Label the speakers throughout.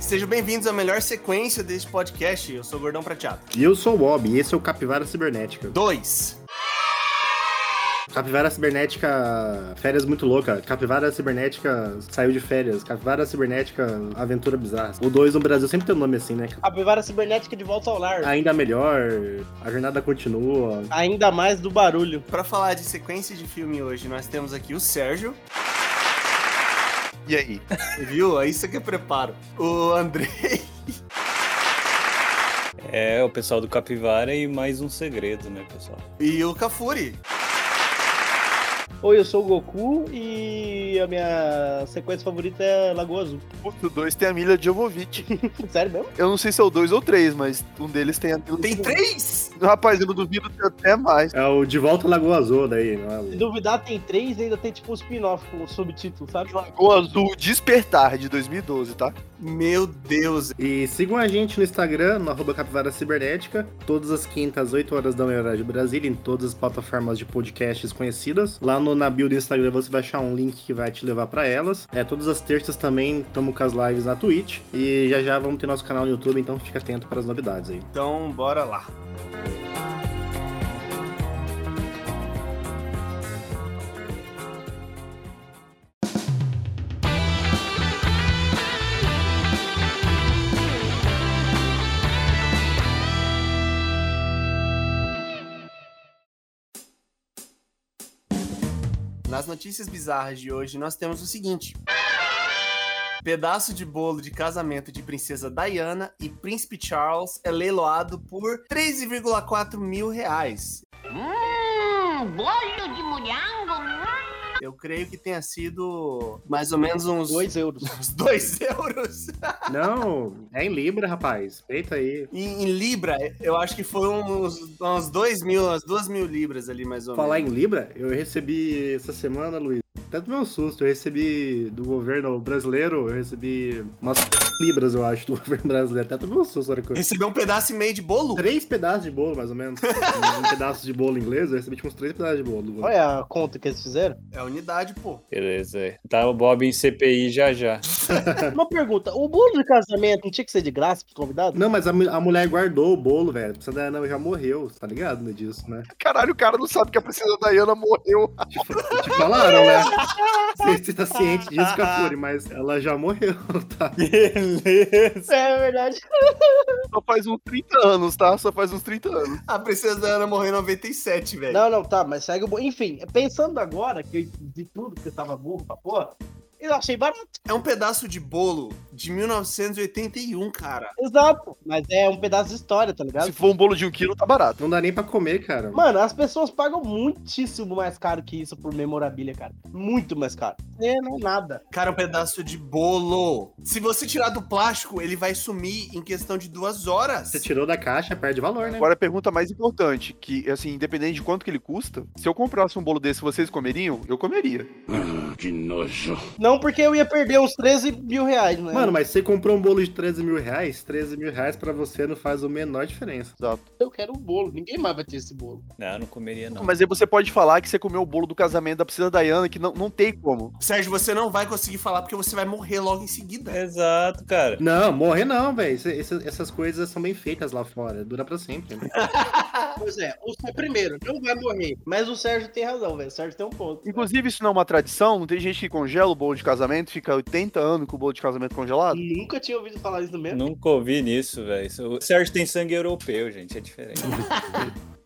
Speaker 1: Sejam bem-vindos à melhor sequência deste podcast. Eu sou o Gordão Prateado.
Speaker 2: E eu sou o Bob, e esse é o Capivara Cibernética.
Speaker 1: Dois.
Speaker 2: Capivara Cibernética, férias muito louca. Capivara Cibernética saiu de férias. Capivara Cibernética, aventura bizarra. O 2 no Brasil sempre tem um nome assim, né?
Speaker 3: A Bivara Cibernética de volta ao lar.
Speaker 2: Ainda melhor, a jornada continua.
Speaker 3: Ainda mais do barulho.
Speaker 1: Para falar de sequência de filme hoje, nós temos aqui o Sérgio.
Speaker 4: E aí?
Speaker 1: Viu? É isso que eu preparo. O Andrei.
Speaker 5: É, o pessoal do Capivara e mais um segredo, né, pessoal?
Speaker 1: E o Cafuri.
Speaker 3: Oi, eu sou o Goku e a minha sequência favorita é Lagoa Azul.
Speaker 4: Putz, o 2 tem a Mila Jovovich.
Speaker 3: Sério mesmo?
Speaker 4: Eu não sei se é o 2 ou 3, mas um deles tem a Mila
Speaker 1: Tem
Speaker 4: Jovovich.
Speaker 1: três?
Speaker 4: Rapaz, eu não duvido ter até mais.
Speaker 2: É o De Volta à Lagoa Azul daí, não é?
Speaker 3: Se
Speaker 2: o-
Speaker 3: duvidar, tem três e ainda tem tipo um spin-off com subtítulo, sabe?
Speaker 4: O Azul Despertar, de 2012, tá?
Speaker 1: Meu Deus.
Speaker 2: E sigam a gente no Instagram, no arroba Capivara Cibernética, todas as quintas, 8 horas da manhã, horário de Brasília, em todas as plataformas de podcasts conhecidas. Lá no, na bio do Instagram você vai achar um link que vai te levar pra elas. É, todas as terças também estamos com as lives na Twitch. E já já vamos ter nosso canal no YouTube, então fica atento para as novidades aí.
Speaker 1: Então, bora lá. Nas notícias bizarras de hoje, nós temos o seguinte: Pedaço de bolo de casamento de princesa Diana e príncipe Charles é leiloado por 3,4 mil reais.
Speaker 6: Hum, bolo de mulhango. hum.
Speaker 1: Eu creio que tenha sido mais ou menos uns 2
Speaker 3: Dois euros.
Speaker 1: euros.
Speaker 2: Não, é em Libra, rapaz. Eita aí.
Speaker 1: Em, em Libra, eu acho que foi um, uns, uns 2 mil, umas 2 mil libras ali mais ou
Speaker 2: Falar
Speaker 1: menos.
Speaker 2: em Libra, eu recebi essa semana, Luiz. Até do meu susto, eu recebi do governo brasileiro, eu recebi umas libras, eu acho, do governo brasileiro. Até do meu susto, olha que eu
Speaker 1: Recebeu um pedaço e meio de bolo?
Speaker 2: Três pedaços de bolo, mais ou menos. um pedaço de bolo inglês, eu recebi tipo uns três pedaços de bolo.
Speaker 3: Olha a conta que eles fizeram.
Speaker 1: É a unidade, pô.
Speaker 5: Beleza. é. Tá o Bob em CPI já já.
Speaker 3: Uma pergunta: o bolo de casamento não tinha que ser de graça pros convidados?
Speaker 2: Não, mas a, mu- a mulher guardou o bolo, velho. Precisa da Ana já morreu, tá ligado né, disso, né?
Speaker 4: Caralho, o cara não sabe que a princesa Diana morreu.
Speaker 2: Tipo, te falaram, né? Não sei se Você tá ciente disso, Capuri, mas ela já morreu, tá?
Speaker 5: Beleza.
Speaker 3: É verdade.
Speaker 4: Só faz uns 30 anos, tá? Só faz uns 30 anos.
Speaker 1: A princesa Diana morreu em 97, velho.
Speaker 3: Não, não, tá, mas segue o bolo. Enfim, pensando agora que eu vi tudo que eu tava burro pra porra, eu achei barato.
Speaker 1: É um pedaço de bolo de 1981, cara.
Speaker 3: Exato. Mas é um pedaço de história, tá ligado?
Speaker 4: Se for um bolo de um quilo, tá barato.
Speaker 2: Não dá nem pra comer, cara.
Speaker 3: Mano, as pessoas pagam muitíssimo mais caro que isso por memorabilia, cara. Muito mais caro. É, não é nada.
Speaker 1: Cara, um pedaço de bolo. Se você tirar do plástico, ele vai sumir em questão de duas horas.
Speaker 2: Você tirou da caixa, perde valor, né?
Speaker 4: Agora a pergunta mais importante, que assim, independente de quanto que ele custa, se eu comprasse um bolo desse, vocês comeriam? Eu comeria.
Speaker 3: Não porque eu ia perder uns 13 mil reais, né?
Speaker 2: Mano, mas você comprou um bolo de 13 mil reais, 13 mil reais pra você não faz a menor diferença.
Speaker 4: Exato.
Speaker 3: eu quero um bolo. Ninguém mais vai ter esse bolo.
Speaker 5: Não, não comeria não.
Speaker 4: Mas aí você pode falar que você comeu o bolo do casamento da princesa Diana, que não, não tem como.
Speaker 1: Sérgio, você não vai conseguir falar porque você vai morrer logo em seguida.
Speaker 5: Exato, cara.
Speaker 2: Não, morrer não, velho. Esse- esse- Essas coisas são bem feitas lá fora, dura pra sempre. né?
Speaker 3: Pois é, o seu primeiro não vai morrer. Mas o Sérgio tem razão, velho. O Sérgio tem um ponto.
Speaker 4: Inclusive, isso não é uma tradição, não tem gente que congela o bolo de casamento, fica 80 anos com o bolo de casamento congelado?
Speaker 3: Nunca tinha ouvido falar isso mesmo.
Speaker 5: Nunca ouvi nisso, velho. Isso- O Sérgio tem sangue europeu, gente. É diferente.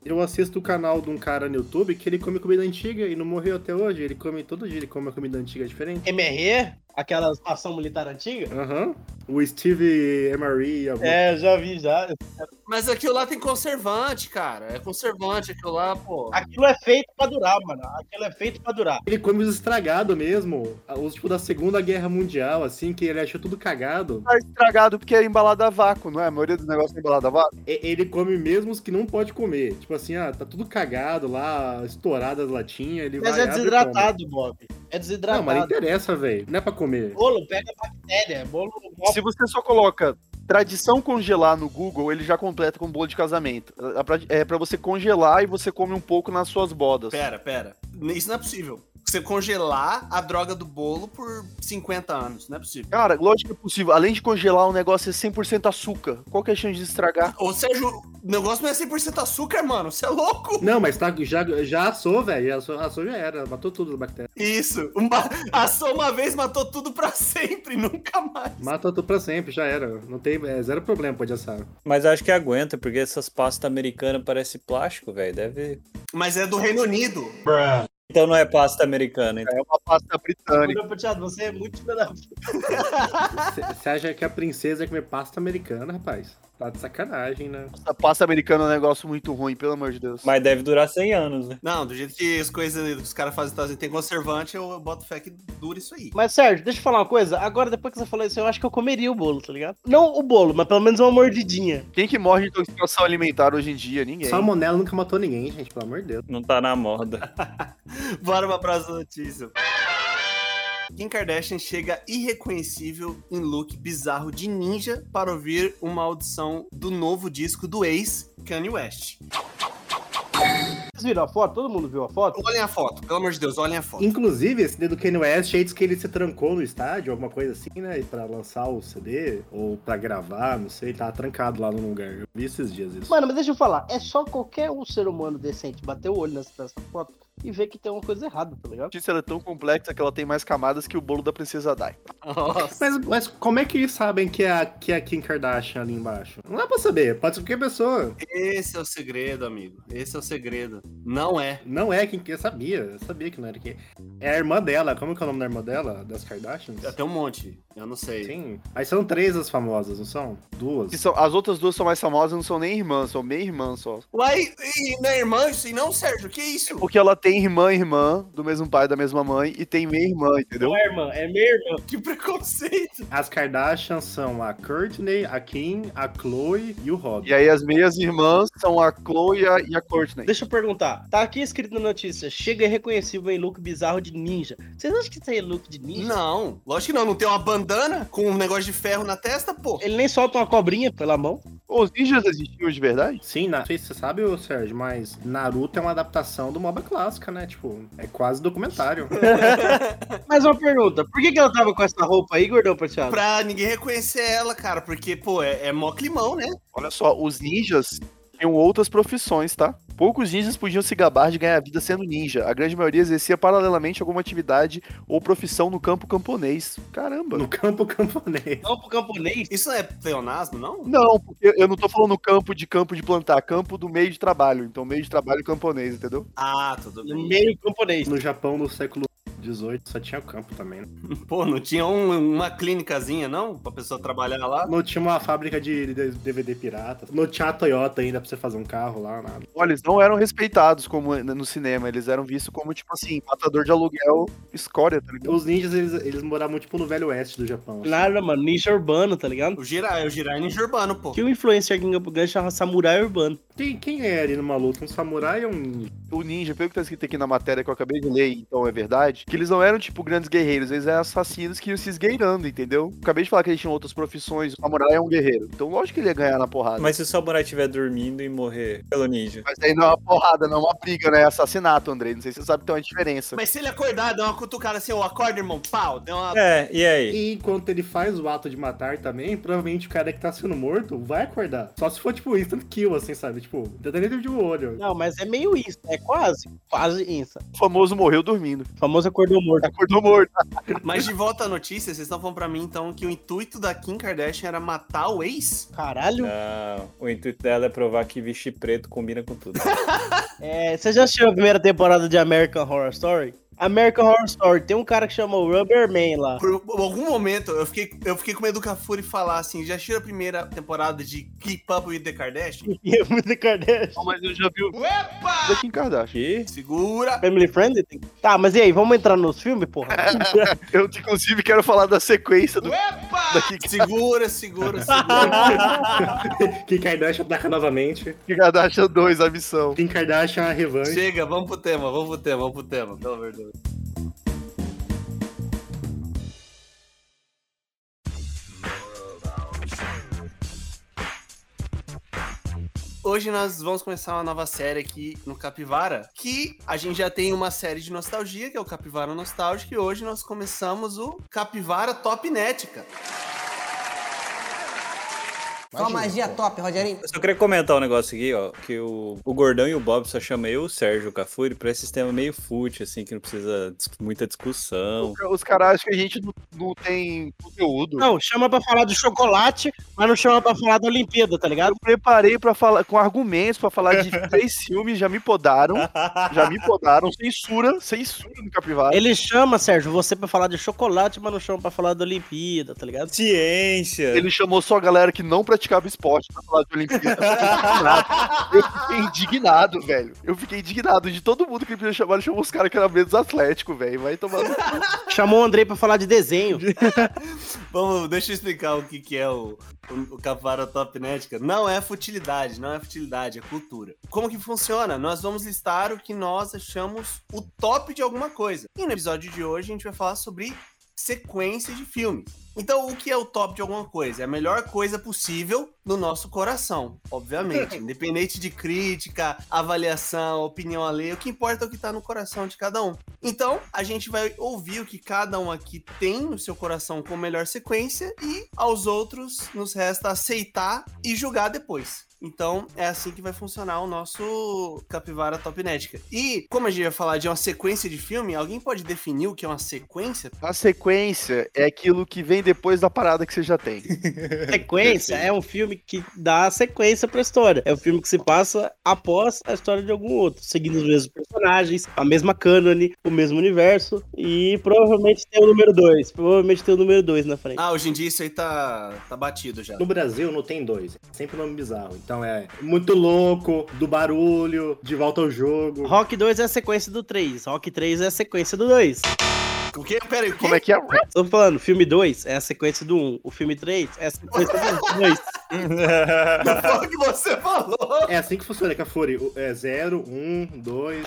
Speaker 2: Eu assisto o canal de um cara no YouTube que ele come comida antiga e não morreu até hoje. Ele come todo dia, ele come uma comida antiga diferente.
Speaker 3: MRE, aquela ação militar antiga?
Speaker 2: Aham. O Steve Emery, algum...
Speaker 3: É, já vi, já.
Speaker 1: Mas aquilo lá tem conservante, cara. É conservante aquilo lá, pô.
Speaker 3: Aquilo é feito pra durar, mano. Aquilo é feito pra durar.
Speaker 2: ele come os estragados mesmo. Os tipo da Segunda Guerra Mundial, assim, que ele achou tudo cagado.
Speaker 4: Tá estragado porque é embalado a vácuo, não é? A maioria dos negócios é embalado a vácuo.
Speaker 2: E- Ele come mesmo os que não pode comer. Tipo assim, ah, tá tudo cagado lá, estourado as latinhas. Ele
Speaker 3: Mas
Speaker 2: vai,
Speaker 3: é
Speaker 2: abre e
Speaker 3: desidratado, Bob. É
Speaker 2: come. Não, mas não
Speaker 3: desidratado.
Speaker 2: interessa, velho. Não é pra comer.
Speaker 3: Bolo pega bactéria. Bolo
Speaker 4: Se você só coloca tradição congelar no Google, ele já completa com bolo de casamento. É pra- É pra você congelar e você come um pouco nas suas bodas.
Speaker 1: Pera, pera. Isso não é possível. você congelar a droga do bolo por 50 anos. Não é possível.
Speaker 4: Cara, lógico que é possível. Além de congelar, o negócio é 100% açúcar. Qual que é a chance de estragar?
Speaker 1: Ô, Sérgio, o negócio não é 100% açúcar, mano. Você é louco?
Speaker 2: Não, mas tá, já, já assou, velho. Já assou, assou já era. Matou tudo da bactéria.
Speaker 1: Isso. Uma, assou uma vez, matou tudo pra sempre. Nunca mais.
Speaker 2: Mata tudo pra sempre, já era. Não tem, é zero problema, pode assar.
Speaker 5: Mas acho que aguenta, porque essas pastas americanas parecem plástico, velho. Deve.
Speaker 1: Mas é do Reino Unido.
Speaker 5: Então não é pasta americana. Então.
Speaker 4: É uma pasta britânica.
Speaker 7: Bruno Penteado, você é muito filho da puta.
Speaker 2: Você acha que a princesa ia comer pasta americana, rapaz? Tá de sacanagem, né?
Speaker 4: Essa pasta americana é um negócio muito ruim, pelo amor de Deus.
Speaker 5: Mas deve durar 100 anos, né?
Speaker 1: Não, do jeito que as coisas que os caras fazem, tá, tem conservante, eu, eu boto fé que dura isso aí.
Speaker 7: Mas, Sérgio, deixa eu falar uma coisa. Agora, depois que você falou isso, eu acho que eu comeria o bolo, tá ligado? Não o bolo, mas pelo menos uma mordidinha.
Speaker 4: Quem que morre de intoxicação alimentar hoje em dia? Ninguém.
Speaker 2: Salmonella nunca matou ninguém, gente, pelo amor de Deus.
Speaker 5: Não tá na moda.
Speaker 1: Bora pra próxima notícia. Kim Kardashian chega irreconhecível em look bizarro de ninja para ouvir uma audição do novo disco do ex Kanye West.
Speaker 7: Vocês viram a foto? Todo mundo viu a foto?
Speaker 1: Olhem a foto, pelo amor de Deus, olhem a foto.
Speaker 2: Inclusive, esse dedo do Kanye West, antes que ele se trancou no estádio, alguma coisa assim, né? E Pra lançar o CD, ou pra gravar, não sei, ele tava trancado lá num lugar. Eu vi esses dias isso.
Speaker 7: Mano, mas deixa eu falar. É só qualquer um ser humano decente bater o olho nessa, nessa foto e ver que tem uma coisa errada, tá ligado?
Speaker 4: A notícia ela é tão complexa que ela tem mais camadas que o bolo da princesa Dai.
Speaker 1: Nossa.
Speaker 2: Mas, mas como é que eles sabem que é, a, que é a Kim Kardashian ali embaixo? Não dá pra saber, pode ser qualquer pessoa.
Speaker 1: Esse é o segredo, amigo. Esse é o segredo. Não é.
Speaker 2: Não é Kim, eu sabia, eu sabia que não era Kim. É a irmã dela, como que é o nome da irmã dela? Das Kardashians?
Speaker 1: Até um monte. Eu não sei.
Speaker 2: Sim. Aí são três as famosas, não são?
Speaker 4: Que
Speaker 2: Duas.
Speaker 4: são- as outras duas são mais famosas, não são nem irmãs, são meia irmã só.
Speaker 1: Uai, e não é irmã isso? E não, Sérgio? Que isso?
Speaker 4: Porque ela tem irmã e irmã, do mesmo pai, da mesma mãe, e tem meia irmã, entendeu?
Speaker 7: Não é, irmã, é minha irmã.
Speaker 1: Que preconceito.
Speaker 2: As Kardashians são a Courtney, a Kim, a Chloe e o Rob.
Speaker 4: E aí as meias irmãs são a Chloe e a- e a Courtney.
Speaker 7: Deixa eu perguntar. Tá aqui escrito na notícia: chega irreconhecível em look bizarro de ninja. Vocês acham que isso aí é look de ninja?
Speaker 1: Não, lógico que não. Não tem uma bandana com um negócio de ferro na testa, pô.
Speaker 7: Ele nem solta uma cobrinha pela mão.
Speaker 4: Os ninjas existiam de verdade?
Speaker 2: Sim, na- não sei se você sabe, ô, Sérgio, mas Naruto é uma adaptação do MOBA clássica, né? Tipo, é quase documentário.
Speaker 7: Mais uma pergunta: por que, que ela tava com essa roupa aí, gordão prateado?
Speaker 1: Pra ninguém reconhecer ela, cara, porque, pô, é, é mó climão, né?
Speaker 4: Olha só, os ninjas tinham outras profissões, tá? Poucos ninjas podiam se gabar de ganhar vida sendo ninja. A grande maioria exercia paralelamente alguma atividade ou profissão no campo camponês. Caramba!
Speaker 2: no campo camponês.
Speaker 7: Não pro camponês?
Speaker 1: Isso não é pleonasmo, não?
Speaker 4: Não, porque eu não tô falando campo de campo de plantar, campo do meio de trabalho. Então, meio de trabalho camponês, entendeu?
Speaker 1: Ah, tudo
Speaker 7: No
Speaker 1: bem.
Speaker 7: meio camponês.
Speaker 2: No Japão, no século XVIII, só tinha o campo também. Né?
Speaker 1: Pô, não tinha um- uma clínicazinha, não? Pra pessoa trabalhar lá?
Speaker 2: Não tinha uma fábrica de de- DVD pirata. Não tinha a Toyota ainda pra você fazer um carro lá, nada.
Speaker 4: Olha, eles não eram respeitados como né, no cinema. Eles eram vistos como, tipo assim, matador de aluguel, escória, tá ligado?
Speaker 2: Os ninjas, eles, eles moravam, tipo, no Velho Oeste do Japão.
Speaker 7: Nada, mano. Ninja urbano, tá ligado?
Speaker 1: O Jirai, o Jirai é ninja urbano, pô.
Speaker 7: Que o influencer Ginga Gancho chama samurai urbano.
Speaker 2: Quem, quem é ali numa luta? Um samurai ou um ninja?
Speaker 4: O ninja, pelo que tá escrito aqui na matéria que eu acabei de ler, então é verdade, que eles não eram, tipo, grandes guerreiros, eles eram assassinos que iam se esgueirando, entendeu? Acabei de falar que eles tinham outras profissões, o samurai é um guerreiro. Então, lógico que ele ia ganhar na porrada. Mas,
Speaker 5: Mas se o samurai estiver dormindo e morrer pelo ninja.
Speaker 4: aí não é uma porrada, não é uma briga, né? É assassinato, Andrei. Não sei se você sabe que tem uma diferença.
Speaker 1: Mas se ele acordar, dá uma cutucada assim, ô, acorda, irmão, pau, deu uma...
Speaker 5: É, e aí?
Speaker 2: E enquanto ele faz o ato de matar também, provavelmente o cara que tá sendo morto vai acordar. Só se for, tipo, instant kill, assim, sabe? Tipo, dá dentro de um olho.
Speaker 7: Não, mas é meio isso. É quase, quase isso.
Speaker 4: O famoso morreu dormindo.
Speaker 7: O famoso acordou morto.
Speaker 4: Acordou morto.
Speaker 1: Mas de volta à notícia, vocês estão falando pra mim, então, que o intuito da Kim Kardashian era matar o ex?
Speaker 7: Caralho.
Speaker 5: Não, o intuito dela é provar que vestir preto combina com tudo.
Speaker 7: É, você já assistiu a primeira temporada de American Horror Story? American Horror Story, tem um cara que chama o Rubberman lá.
Speaker 1: Por algum momento, eu fiquei, eu fiquei com medo do Cafuri falar assim, já assistiu a primeira temporada de Keep Up With The Kardashian?
Speaker 7: E é muito Kardashian.
Speaker 4: Não, mas eu já vi o da Kim Kardashian.
Speaker 5: E
Speaker 1: Segura!
Speaker 7: Family Friendly? tem- Tá, mas e aí, vamos entrar nos filmes, porra?
Speaker 4: Eu, inclusive, quero falar da sequência do... da Kim
Speaker 1: Segura, segura, segura.
Speaker 2: Kim Kardashian ataca novamente.
Speaker 4: Kim Kardashian 2, a missão.
Speaker 2: Kim Kardashian é a revanche.
Speaker 1: Chega, vamos pro tema, vamos pro tema, vamos pro tema, pelo amor de Deus. Hoje nós vamos começar uma nova série aqui no Capivara, que a gente já tem uma série de nostalgia, que é o Capivara Nostálgico, e hoje nós começamos o Capivara Top Nética.
Speaker 8: Só magia top, Rogerinho.
Speaker 5: Eu só queria comentar um negócio aqui, ó. Que o, o Gordão e o Bob só chamam eu, o Sérgio e o Cafuri pra esse sistema meio fútil, assim, que não precisa dis- muita discussão.
Speaker 4: Os caras acham que a gente não, não tem conteúdo.
Speaker 3: Não, chama pra falar do chocolate, mas não chama pra falar da Olimpíada, tá ligado?
Speaker 4: Eu preparei pra falar com argumentos pra falar de três filmes, já me podaram. Já me podaram. Censura, censura no Capivara.
Speaker 3: Ele chama, Sérgio, você pra falar de chocolate, mas não chama pra falar da Olimpíada, tá ligado?
Speaker 5: Ciência!
Speaker 4: Ele chamou só a galera que não praticava esporte pra falar de Olimpíada. Eu fiquei indignado, velho. Eu fiquei indignado de todo mundo que ele podia chamar, ele chamou os caras que eram menos atlético, velho. Vai tomar no cu.
Speaker 3: Chamou o Andrei pra falar de desenho.
Speaker 1: Vamos, deixa eu explicar o que, que é o, o, o Capivara Top Nética. Não é futilidade, não é futilidade, é cultura. Como que funciona? Nós vamos listar o que nós achamos o top de alguma coisa. E no episódio de hoje a gente vai falar sobre sequência de filmes. Então, o que é o top de alguma coisa? É a melhor coisa possível no nosso coração, obviamente. Independente de crítica, avaliação, opinião alheia, o que importa é o que tá no coração de cada um. Então, a gente vai ouvir o que cada um aqui tem no seu coração com melhor sequência e aos outros nos resta aceitar e julgar depois. Então, é assim que vai funcionar o nosso Capivara Topnética. E, como a gente vai falar de uma sequência de filme, alguém pode definir o que é uma sequência?
Speaker 4: A sequência é aquilo que vem depois da parada que você já tem.
Speaker 3: Sequência é um filme que dá sequência pra história. É um filme que se passa após a história de algum outro, seguindo os mesmos personagens, a mesma cânone, o mesmo universo. E provavelmente tem o número 2. Provavelmente tem o número 2 na frente.
Speaker 1: Ah, hoje em dia isso aí tá, tá batido já.
Speaker 2: No Brasil não tem dois, é sempre nome bizarro. Então é muito louco, do barulho, de volta ao jogo.
Speaker 3: Rock 2 é a sequência do 3. Rock 3 é a sequência do 2.
Speaker 1: O quê? Pera aí, o quê?
Speaker 4: Como é que é?
Speaker 3: Tô falando, filme 2 é a sequência do 1. Um, o filme 3 é a sequência do 2.
Speaker 1: Foi o é que você falou?
Speaker 2: É assim que funciona, Cafuri. O- É 0, 1, 2.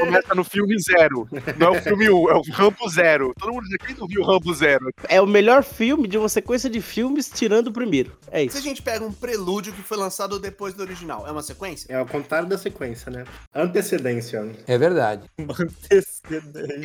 Speaker 4: Começa no filme zero. Não é o filme 1, um, é o Rambo zero. Todo mundo diz, quem não viu o Rambo zero?
Speaker 3: É o melhor filme de uma sequência de filmes tirando o primeiro. É
Speaker 1: Se
Speaker 3: isso.
Speaker 1: a gente pega um prelúdio que foi lançado depois do original, é uma sequência?
Speaker 2: É o contrário da sequência, né? Antecedência.
Speaker 8: É verdade.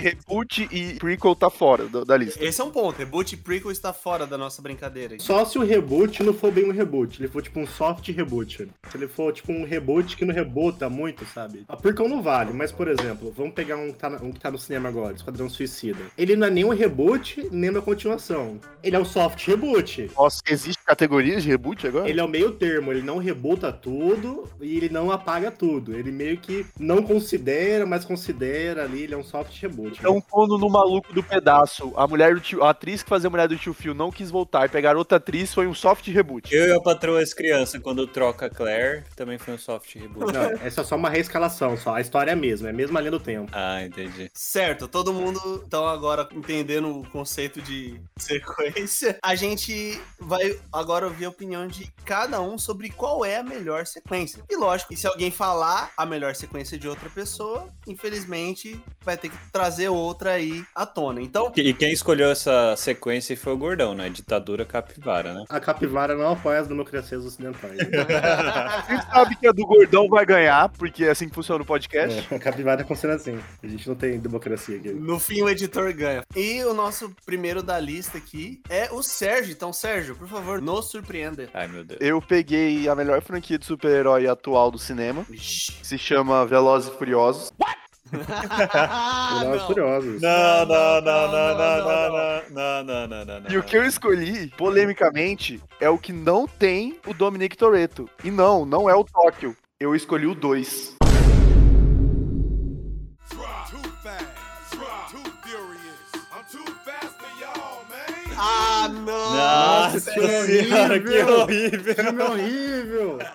Speaker 4: Reboot e prequel tá fora do- da lista.
Speaker 1: Esse é um ponto. Reboot e prequel está fora da nossa brincadeira. aqui.
Speaker 2: Só se o reboot não for bem um reboot. Ele for tipo um soft reboot. Se ele for tipo um reboot que não rebota muito, sabe? A Prequel não vale, mas por exemplo, vamos pegar um que tá, na- um que tá no cinema agora, Esquadrão Suicida. Ele não é nem um reboot, nem uma continuação. Ele é um soft reboot.
Speaker 4: Nossa, existe categoria de reboot agora?
Speaker 2: Ele é o meio termo, ele não rebota tudo e ele não apaga tudo. Ele meio que não considera, mas considera ali, ele é um soft reboot.
Speaker 4: Então, quando no maluco do pedaço, a mulher do tio, a atriz que fazia a mulher do tio Phil não quis voltar e pegar outra atriz, foi um soft reboot.
Speaker 5: Eu e a patroa as crianças, quando troca a Claire, também foi um soft reboot.
Speaker 2: Não, essa é só uma reescalação, só. A história é a mesma, é a mesma linha do tempo.
Speaker 5: Ah, entendi.
Speaker 1: Certo, todo mundo então agora entendendo o conceito de sequência. A gente vai agora ouvir a opinião de cada um sobre qual é a melhor sequência. E lógico, e se alguém falar a melhor sequência de outra pessoa, infelizmente vai ter que trazer outra aí à tona. Então,
Speaker 5: E quem escolheu essa sequência foi o Gordão, né? Ditadura capivara, né?
Speaker 2: A capivara não apoia as democracias ocidentais.
Speaker 4: Você sabe que a do gordão vai ganhar, porque é assim que funciona o podcast.
Speaker 2: É, a capivara funciona assim. A gente não tem democracia aqui.
Speaker 1: No fim, o editor ganha. E o nosso primeiro da lista aqui é o Sérgio. Então, Sérgio, por favor, nos surpreenda.
Speaker 5: Ai, meu Deus.
Speaker 4: Eu peguei a melhor franquia de super-herói atual do cinema,
Speaker 1: Ixi.
Speaker 4: que se chama Velozes e Furiosos.
Speaker 1: Ah,
Speaker 2: Nós
Speaker 1: não.
Speaker 2: curiosos.
Speaker 5: Não,
Speaker 1: não,
Speaker 5: não,
Speaker 1: não,
Speaker 5: não, não,
Speaker 1: não,
Speaker 5: não, não, não, não, não, não, não.
Speaker 4: E o que eu escolhi, polemicamente, é o que não tem o Dominic Toretto. E não, não é o Tóquio. Eu escolhi o 2.
Speaker 1: Ah, não.
Speaker 5: Nossa
Speaker 4: é
Speaker 2: Nossa,
Speaker 5: senhora, que
Speaker 2: horrível.
Speaker 5: horrível!
Speaker 2: Filme horrível!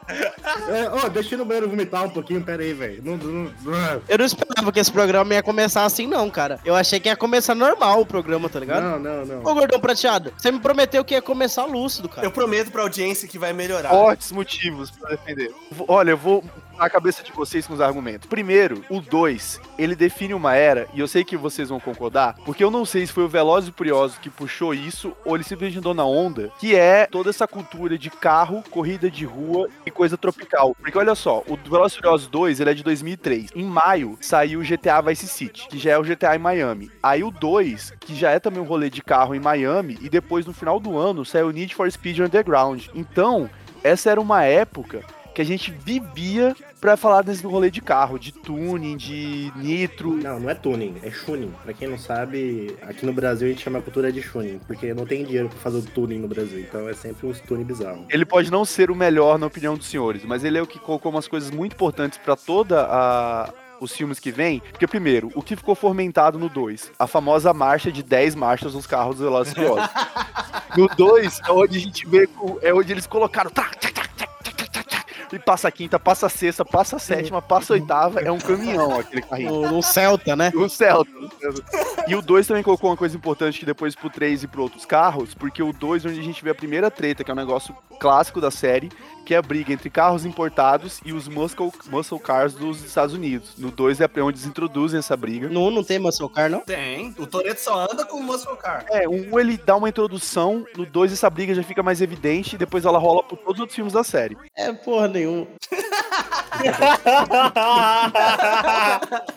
Speaker 2: É, ó, deixa eu ir no banheiro vomitar um pouquinho, pera aí, velho. Não, não- não-
Speaker 3: Eu não esperava que esse programa ia começar assim, não, cara. Eu achei que ia começar normal o programa, tá ligado?
Speaker 2: não, não, não.
Speaker 3: Ô, Gordão Prateado, você me prometeu que ia começar
Speaker 1: Tá.
Speaker 3: lúcido, cara.
Speaker 1: Eu prometo pra audiência que vai melhorar.
Speaker 4: Fortes motivos pra defender. Olha, eu vou a cabeça de vocês com os argumentos. Primeiro, o 2, ele define uma era, e eu sei que vocês vão concordar, porque eu não sei se foi o Veloz e o Furioso que puxou isso, ou ele simplesmente andou na onda, que é toda essa cultura de carro, corrida de rua e coisa tropical. Porque olha só, o Veloz e Furioso 2, ele é de 2003. Em maio, saiu o GTA Vice City, que já é o GTA em Miami. Aí o 2, que já é também um rolê de carro em Miami, e depois, no final do ano, saiu o Need for Speed Underground. Então, essa era uma época que a gente vivia pra falar desse rolê de carro, de tuning, de nitro.
Speaker 2: Não, não é tuning, é tuning. Pra quem não sabe, aqui no Brasil a gente chama a cultura de tuning, porque não tem dinheiro pra fazer o tuning no Brasil, então é sempre uns tuning bizarro.
Speaker 4: Ele pode não ser o melhor na opinião dos senhores, mas ele é o que colocou umas coisas muito importantes pra toda a os filmes que vêm, porque primeiro, o que ficou fomentado no 2? A famosa marcha de 10 marchas nos carros do Velozes e Furiosos. No 2 é onde a gente vê, o- é onde eles colocaram tá, tá, tá, tá, tá, tá, tá, tá, e passa a quinta, passa a sexta, passa a sétima, passa a oitava, é um caminhão aquele carrinho.
Speaker 3: No, no Celta, né?
Speaker 4: O Celta. E o 2 também colocou uma coisa importante que depois pro 3 e pro outros carros, porque o 2 onde a gente vê a primeira treta, que é um negócio clássico da série, que é a briga entre carros importados e os muscle, muscle cars dos Estados Unidos. No 2 é onde eles introduzem essa briga.
Speaker 3: No um não tem muscle car, não?
Speaker 1: Tem. O Toreto só anda com o Muscle Car.
Speaker 4: É, um ele dá uma introdução, no 2 essa briga já fica mais evidente e depois ela rola por todos os outros filmes da série.
Speaker 3: É porra nenhuma.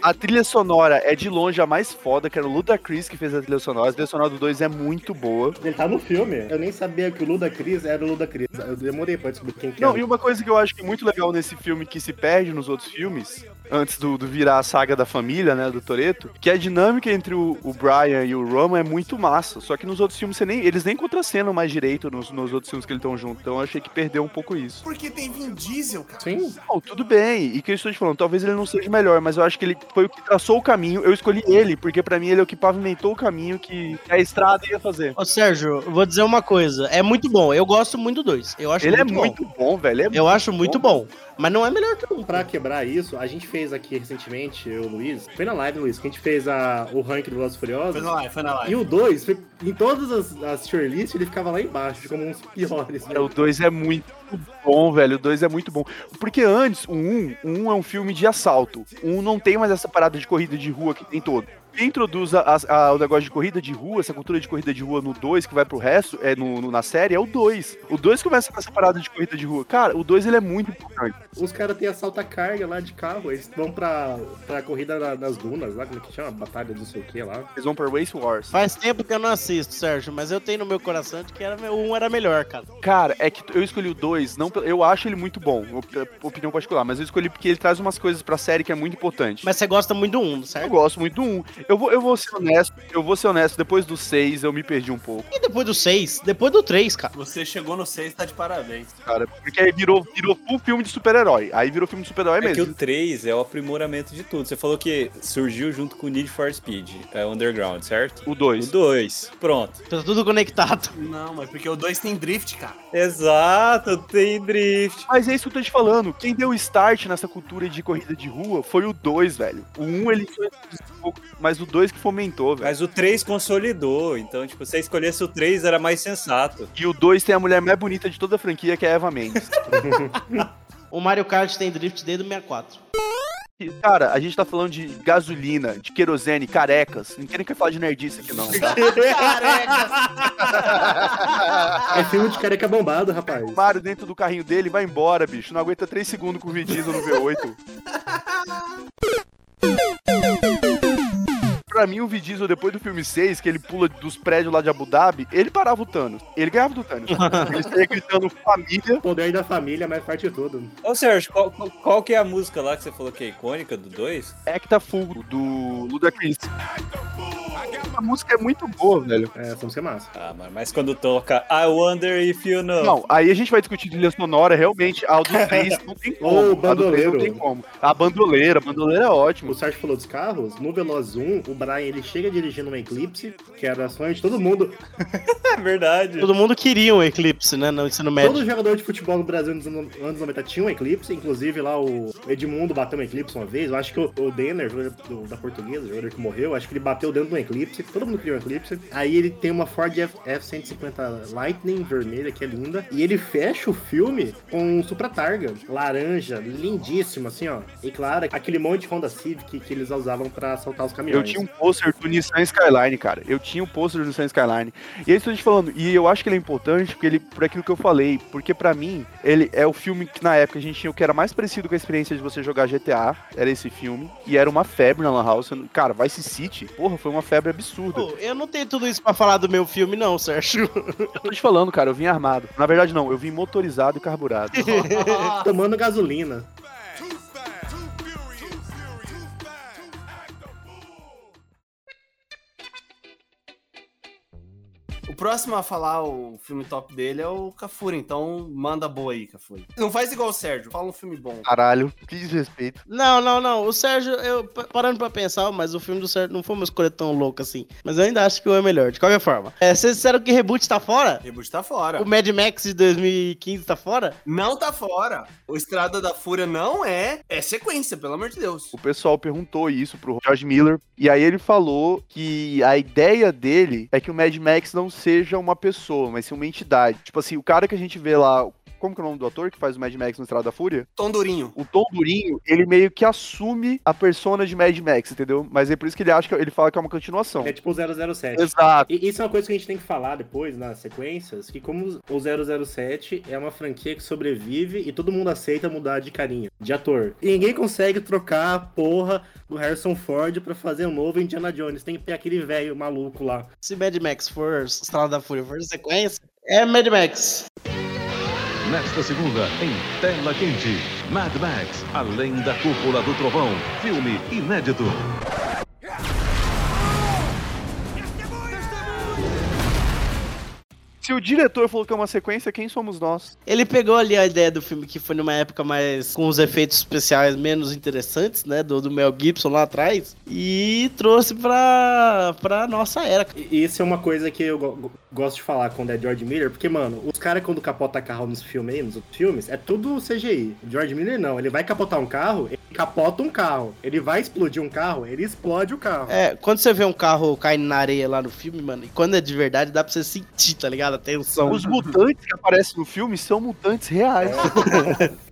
Speaker 4: A trilha sonora é de longe a mais foda, que era o Ludacris que fez a trilha sonora. A trilha sonora do 2 é muito boa.
Speaker 2: Ele tá no filme. Eu nem sabia que o Luda Cris era o Luda Cris. Eu demorei pra descobrir quem que
Speaker 4: Não,
Speaker 2: era.
Speaker 4: e uma coisa que eu acho que é muito legal nesse filme que se perde nos outros filmes, antes do, do virar a saga da família, né, do Toreto, que a dinâmica entre o, o Brian e o Roman é muito massa. Só que nos outros filmes você nem, eles nem contracenam mais direito nos, nos outros filmes que eles estão juntos. Então eu achei que perdeu um pouco isso.
Speaker 1: Porque tem Vin Diesel, cara.
Speaker 2: Sim,
Speaker 4: Não, tudo bem. E que eu estou te falando, talvez ele não seja o melhor, mas eu acho que ele foi o que traçou o caminho. Eu escolhi ele, porque pra mim ele é o que pavimentou o caminho que a estrada ia fazer.
Speaker 3: Ô, Sérgio, eu vou dizer uma coisa. É muito bom. Eu gosto muito do dois. Eu acho
Speaker 4: Ele
Speaker 3: muito
Speaker 4: é
Speaker 3: bom.
Speaker 4: muito bom, velho. ele é
Speaker 3: Eu acho muito bom. Mas não é melhor que um.
Speaker 2: Pra quebrar isso, a gente fez aqui recentemente, eu e o Luiz. Foi na live, Luiz, que a gente fez a, o ranking do Velozes e
Speaker 1: Foi
Speaker 2: Furiosos.
Speaker 1: na live, foi na live.
Speaker 2: E o 2, em todas as, as tier lists, ele ficava lá embaixo, como uns piores. né?
Speaker 4: Cara, o 2 é muito bom, velho. O 2 é muito bom. Porque antes, o 1 um, o um é um filme de assalto. O 1 um não tem mais essa parada de corrida de rua que tem todo. Quem introduz a- a- o negócio de corrida de rua, essa cultura de corrida de rua no 2, que vai pro resto, é no, no- na série, é o 2. O 2 começa com essa parada de corrida de rua. Cara, o 2 ele é muito importante.
Speaker 2: Os caras têm assalto à carga lá de carro, eles vão pra, pra corrida na- nas dunas lá, como é que chama? Batalha do sei o que lá.
Speaker 4: Eles vão pra Race Wars.
Speaker 3: Faz tempo que eu não assisto, Sérgio, mas eu tenho no meu coração de que era, o um era melhor, cara.
Speaker 4: Cara, é que eu escolhi o 2, não, pe- eu acho ele muito bom, op- opinião particular, mas eu escolhi porque ele traz umas coisas pra série que é muito importante.
Speaker 3: Mas você gosta muito do um, certo?
Speaker 4: Eu gosto muito do 1. Eu vou, eu vou ser honesto, eu vou ser honesto, depois do 6 eu me perdi um pouco,
Speaker 3: E depois do 6? Depois do 3, cara.
Speaker 1: Você chegou no 6, tá de parabéns.
Speaker 4: cara. Porque aí virou, virou full filme de super-herói. Aí virou filme de super-herói
Speaker 5: É que
Speaker 4: mesmo.
Speaker 5: o 3 é o aprimoramento de tudo. Você falou que surgiu junto com o Need for Speed, é Underground, certo?
Speaker 4: O
Speaker 5: O
Speaker 4: 2.
Speaker 5: 2, pronto.
Speaker 3: Tá tudo conectado.
Speaker 1: Não, mas porque o 2 tem drift, cara.
Speaker 5: Exato, tem drift.
Speaker 4: Mas é isso que eu tô te falando. Quem deu start nessa cultura de corrida de rua foi o 2, velho. O 1 um, ele foi um pouco, mas o 2 que fomentou, velho.
Speaker 5: Mas o 3 consolidou, então, tipo, se você escolhesse o 3 era mais sensato.
Speaker 4: E o 2 tem a mulher mais bonita de toda a franquia, que é a Eva Mendes.
Speaker 3: O Mario Kart tem drift desde o 64.
Speaker 4: E, cara, a gente tá falando de gasolina, de querosene, carecas. Ninguém quer falar de nerdice aqui, não.
Speaker 1: Ah!
Speaker 2: É filme de careca bombado, rapaz.
Speaker 4: O Mario dentro do carrinho dele vai embora, bicho. Não aguenta 3 segundos com o Vin Diesel no V8. Pra mim, o Vin Diesel, depois do filme 6, que ele pula dos prédios lá de Abu Dhabi, ele parava o Thanos. Ele ganhava do Thanos. Ele saía gritando família.
Speaker 2: O poder da família é mais forte de tudo.
Speaker 5: Ô, Sérgio, qual, qual- qual que é a música lá que você falou que é icônica do 2?
Speaker 4: Ecta Full, do Ludacris. A música é muito boa, velho.
Speaker 2: É, essa música é massa.
Speaker 5: Ah, mano, mas quando toca I Wonder If You Know.
Speaker 4: Não, aí a gente vai discutir trilha sonora, realmente. A do 3 não tem como.
Speaker 2: Ou o
Speaker 4: A do três
Speaker 2: bandoleiro.
Speaker 4: não tem como. A bandoleira, a bandoleira é ótima.
Speaker 2: O Sérgio falou dos carros, no Veloz 1, o Brian ele chega dirigindo um Eclipse, que era sonho de todo mundo.
Speaker 5: É verdade.
Speaker 3: Todo mundo queria um Eclipse, né? No ensino médio.
Speaker 2: Todo jogador de futebol no Brasil nos anos anos 90 tinha um Eclipse, inclusive lá o Edmundo bateu um Eclipse uma vez, eu acho que o, o Denner, jogador do- da portuguesa, o jogador que morreu, acho que ele bateu dentro de um Eclipse. todo mundo criou o Eclipse. Aí ele tem uma Ford F- F-150 Lightning vermelha, que é linda. E ele fecha o filme com um Supra Targa, laranja, lindíssimo, assim, ó. E claro, aquele monte de Honda Civic que eles usavam pra assaltar os caminhões.
Speaker 4: Eu tinha um pôster do Nissan Skyline, cara. Eu tinha um pôster do Nissan Skyline. E é isso que eu tô te falando. E eu acho que ele é importante porque ele, por aquilo que eu falei. Porque pra mim, ele é o filme que na época a gente tinha o que era mais parecido com a experiência de você jogar GTA. Era esse filme. E era uma febre na Lan House. Cara, Vice City, porra, foi uma febre absurda.
Speaker 3: Pô, eu não tenho tudo isso pra falar do meu filme, não, Sérgio.
Speaker 4: Eu tô te falando, cara, eu vim armado. Na verdade, não. Eu vim motorizado e carburado.
Speaker 2: Tomando gasolina.
Speaker 4: Então.
Speaker 1: O próximo a falar o filme top dele é o Cafuri, então manda boa aí, Cafuri. Não faz igual o Sérgio, fala um filme bom.
Speaker 4: Caralho, que desrespeito.
Speaker 3: Não, não, não. O Sérgio, eu pa- parando pra pensar, mas o filme do Sérgio não foi uma escolha tão louca assim. Mas eu ainda acho que o é melhor, de qualquer forma. É, vocês disseram que Reboot tá fora?
Speaker 1: Reboot tá fora.
Speaker 3: O Mad Max de 2015 tá fora?
Speaker 1: Não tá fora. O Estrada da Fúria não é. É sequência, pelo amor de Deus.
Speaker 4: O pessoal perguntou isso pro George Miller. E aí ele falou que a ideia dele é que o Mad Max não seja uma pessoa, mas sim uma entidade. Tipo assim, o cara que a gente vê lá. Como que é o nome do ator que faz o Mad Max no Estrada da Fúria?
Speaker 1: Tom Durinho.
Speaker 4: O Tom Durinho, ele meio que assume a persona de Mad Max, entendeu? Mas é por isso que ele acha que ele fala que é uma continuação.
Speaker 2: É tipo o 007.
Speaker 4: Exato.
Speaker 2: E isso é uma coisa que a gente tem que falar depois nas sequências, que como o 007 é uma franquia que sobrevive e todo mundo aceita mudar de carinha, de ator. E ninguém consegue trocar a porra do Harrison Ford pra fazer um novo Indiana Jones. Tem que ter aquele velho maluco lá.
Speaker 3: Se Mad Max for Estrada da Fúria for sequência, é Mad Max.
Speaker 9: Nesta segunda, em Tela Quente, Mad Max, Além da Cúpula do Trovão, filme inédito.
Speaker 4: Se o diretor falou que é uma sequência, quem somos nós?
Speaker 3: Ele pegou ali a ideia do filme que foi numa época mais com os efeitos especiais menos interessantes, né? Do, do Mel Gibson lá atrás. E trouxe pra, pra nossa era.
Speaker 2: E isso é uma coisa que eu go- go- gosto de falar quando é George Miller, porque, mano, os caras quando capota carro nos filmes aí, nos outros filmes, é tudo CGI. O George Miller não, ele vai capotar um carro, ele capota um carro. Ele vai explodir um carro, ele explode o carro.
Speaker 3: É, quando você vê um carro caindo na areia lá no filme, mano, e quando é de verdade, dá pra você sentir, tá ligado? A tensão.
Speaker 4: Os mutantes que aparecem no filme são mutantes reais.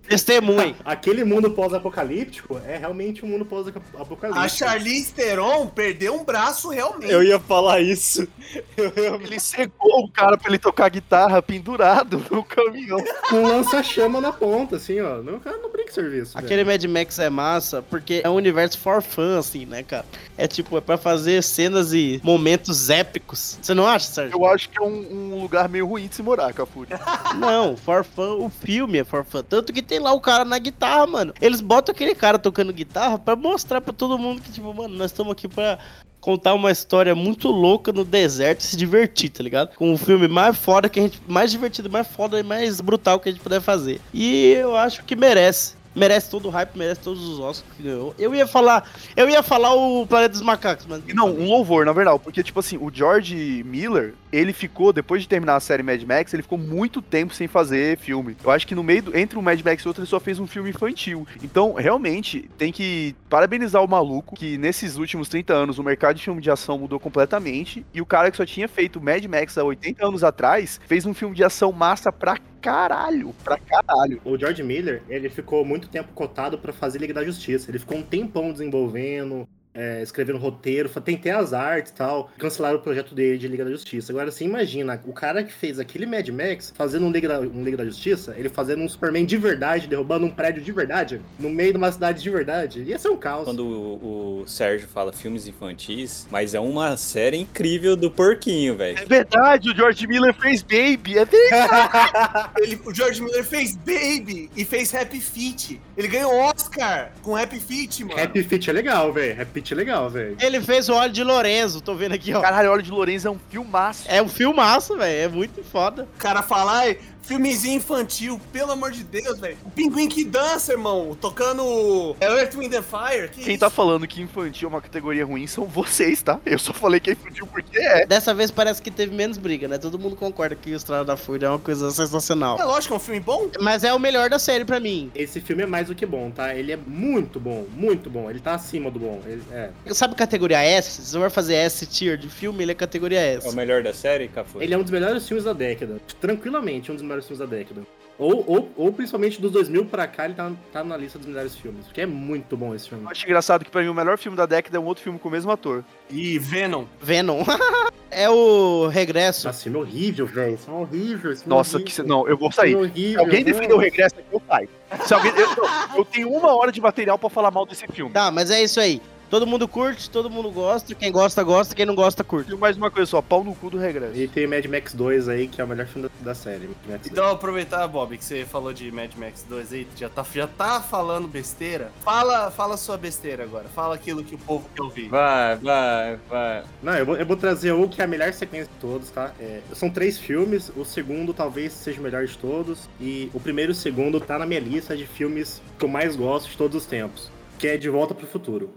Speaker 3: Testemunha.
Speaker 2: Aquele mundo pós-apocalíptico é realmente um mundo pós-apocalíptico.
Speaker 1: A Charlize Theron perdeu um braço realmente.
Speaker 3: ia falar isso.
Speaker 4: Ele cegou o cara pra ele tocar guitarra pendurado no caminhão.
Speaker 2: com um lança-chama na ponta, assim, ó. Não, o cara não brinca de serviço.
Speaker 3: Aquele Mad Max é massa porque é um universo for fun, assim, né, cara? É tipo, é pra fazer cenas e momentos épicos. Você não acha, Sérgio?
Speaker 4: Eu acho que é um, um lugar meio ruim de se morar, Cafuri.
Speaker 3: Não, for fun, o filme é for fun. Tanto que tem lá o cara na guitarra, mano. Eles botam aquele cara tocando guitarra pra mostrar pra todo mundo que, tipo, mano, nós estamos aqui pra contar uma história muito louca no deserto e se divertir, tá ligado? Com o filme mais foda que a gente. Mais divertido, mais foda e mais brutal que a gente puder fazer. E eu acho que merece. Merece todo o hype, merece todos os Oscars que ganhou. Eu ia falar. Eu ia falar o Planeta dos Macacos, mas.
Speaker 4: E Não, um louvor, na verdade, porque, tipo assim, o George Miller, ele ficou, depois de terminar a série Mad Max, ele ficou muito tempo sem fazer filme. Eu acho que no meio, do, entre um Mad Max e outro, ele só fez um filme infantil. Então, realmente, tem que parabenizar o maluco, que nesses últimos 30 anos o mercado de filme de ação mudou completamente, e o cara que só tinha feito Mad Max há 80 anos atrás, fez um filme de ação massa pra caralho, pra caralho.
Speaker 2: O George Miller, ele ficou muito tempo cotado pra fazer Liga da Justiça. Ele ficou um tempão desenvolvendo, é, escrevendo roteiro, fa- tem até as artes e tal. Cancelaram o projeto dele de Liga da Justiça. Agora, você imagina, o cara que fez aquele Mad Max fazendo um Liga da, um Liga da Justiça, ele fazendo um Superman de verdade, derrubando um prédio de verdade, no meio de uma cidade de verdade, ia ser um caos.
Speaker 5: Quando o, o Sérgio fala filmes infantis, mas é uma série incrível do porquinho, velho.
Speaker 4: É verdade, o George Miller fez Baby, é verdade.
Speaker 1: Ele, o George Miller fez Baby e fez Happy Feet. Ele ganhou Oscar com Happy Feet, mano.
Speaker 2: Happy Fit é legal, velho. Happy Fit é legal, velho.
Speaker 3: Ele fez o óleo de Lorenzo, tô vendo aqui, ó.
Speaker 4: Caralho, Olho de Lourenço é um filmaço.
Speaker 3: É um filmaço, velho. É muito foda.
Speaker 1: O cara fala, ai, Filmezinho infantil, pelo amor de Deus, velho. O pinguim que dança, irmão. Tocando é Earth, Wind and Fire. Que
Speaker 4: Quem
Speaker 1: isso?
Speaker 4: tá falando que infantil é uma categoria ruim são vocês, tá? Eu só falei que é infantil porque é.
Speaker 3: Dessa vez parece que teve menos briga, né? Todo mundo concorda que o Estrada da Fúria é uma coisa sensacional.
Speaker 1: É lógico, é um filme bom.
Speaker 3: Mas é o melhor da série pra mim.
Speaker 2: Esse filme é mais do que bom, tá? Ele é muito bom, muito bom. Ele tá acima do bom. Ele- é.
Speaker 3: Sabe categoria S? Se você vai fazer S tier de filme, ele é categoria
Speaker 5: É o
Speaker 3: S.
Speaker 5: melhor da série, Cafu?
Speaker 2: ele é um dos melhores filmes da década. Tranquilamente, um dos melhores filmes da década. Ou, ou, ou principalmente dos 2000 pra cá, ele tá, tá na lista dos melhores filmes. Porque é muito bom esse filme.
Speaker 4: Eu acho engraçado que pra mim o melhor filme da década é um outro filme com o mesmo ator.
Speaker 1: E Venom.
Speaker 3: Venom. é o regresso.
Speaker 2: Nossa, filme horrível, velho. Esse filme é horrível. Esse filme
Speaker 4: Nossa,
Speaker 2: horrível.
Speaker 4: que cê... não, eu vou
Speaker 2: Filme é
Speaker 4: sair. Se
Speaker 2: horrível,
Speaker 4: alguém
Speaker 2: não.
Speaker 4: defender o regresso aqui, eu saio. Se alguém... eu, não, eu tenho uma hora de material pra falar mal desse filme.
Speaker 3: Tá, mas é isso aí. Todo mundo curte, todo mundo gosta. Quem gosta, gosta. Quem não gosta, curte.
Speaker 4: E mais uma coisa só, pau no cu do regresso.
Speaker 2: E tem Mad Max 2 aí, que é o melhor filme da, da série. Mad Max 2.
Speaker 1: Então, aproveitar, Bob, que você falou de Mad Max 2 aí, já tá, já tá falando besteira. Fala, fala sua besteira agora. Fala aquilo que o povo quer
Speaker 2: um
Speaker 1: ouvir.
Speaker 5: Vai, vai, vai.
Speaker 2: Não, eu vou, eu vou trazer o que é a melhor sequência de todos, tá? É, são três filmes, o segundo talvez seja o melhor de todos, e o primeiro e o segundo tá na minha lista de filmes que eu mais gosto de todos os tempos, que é De Volta pro Futuro.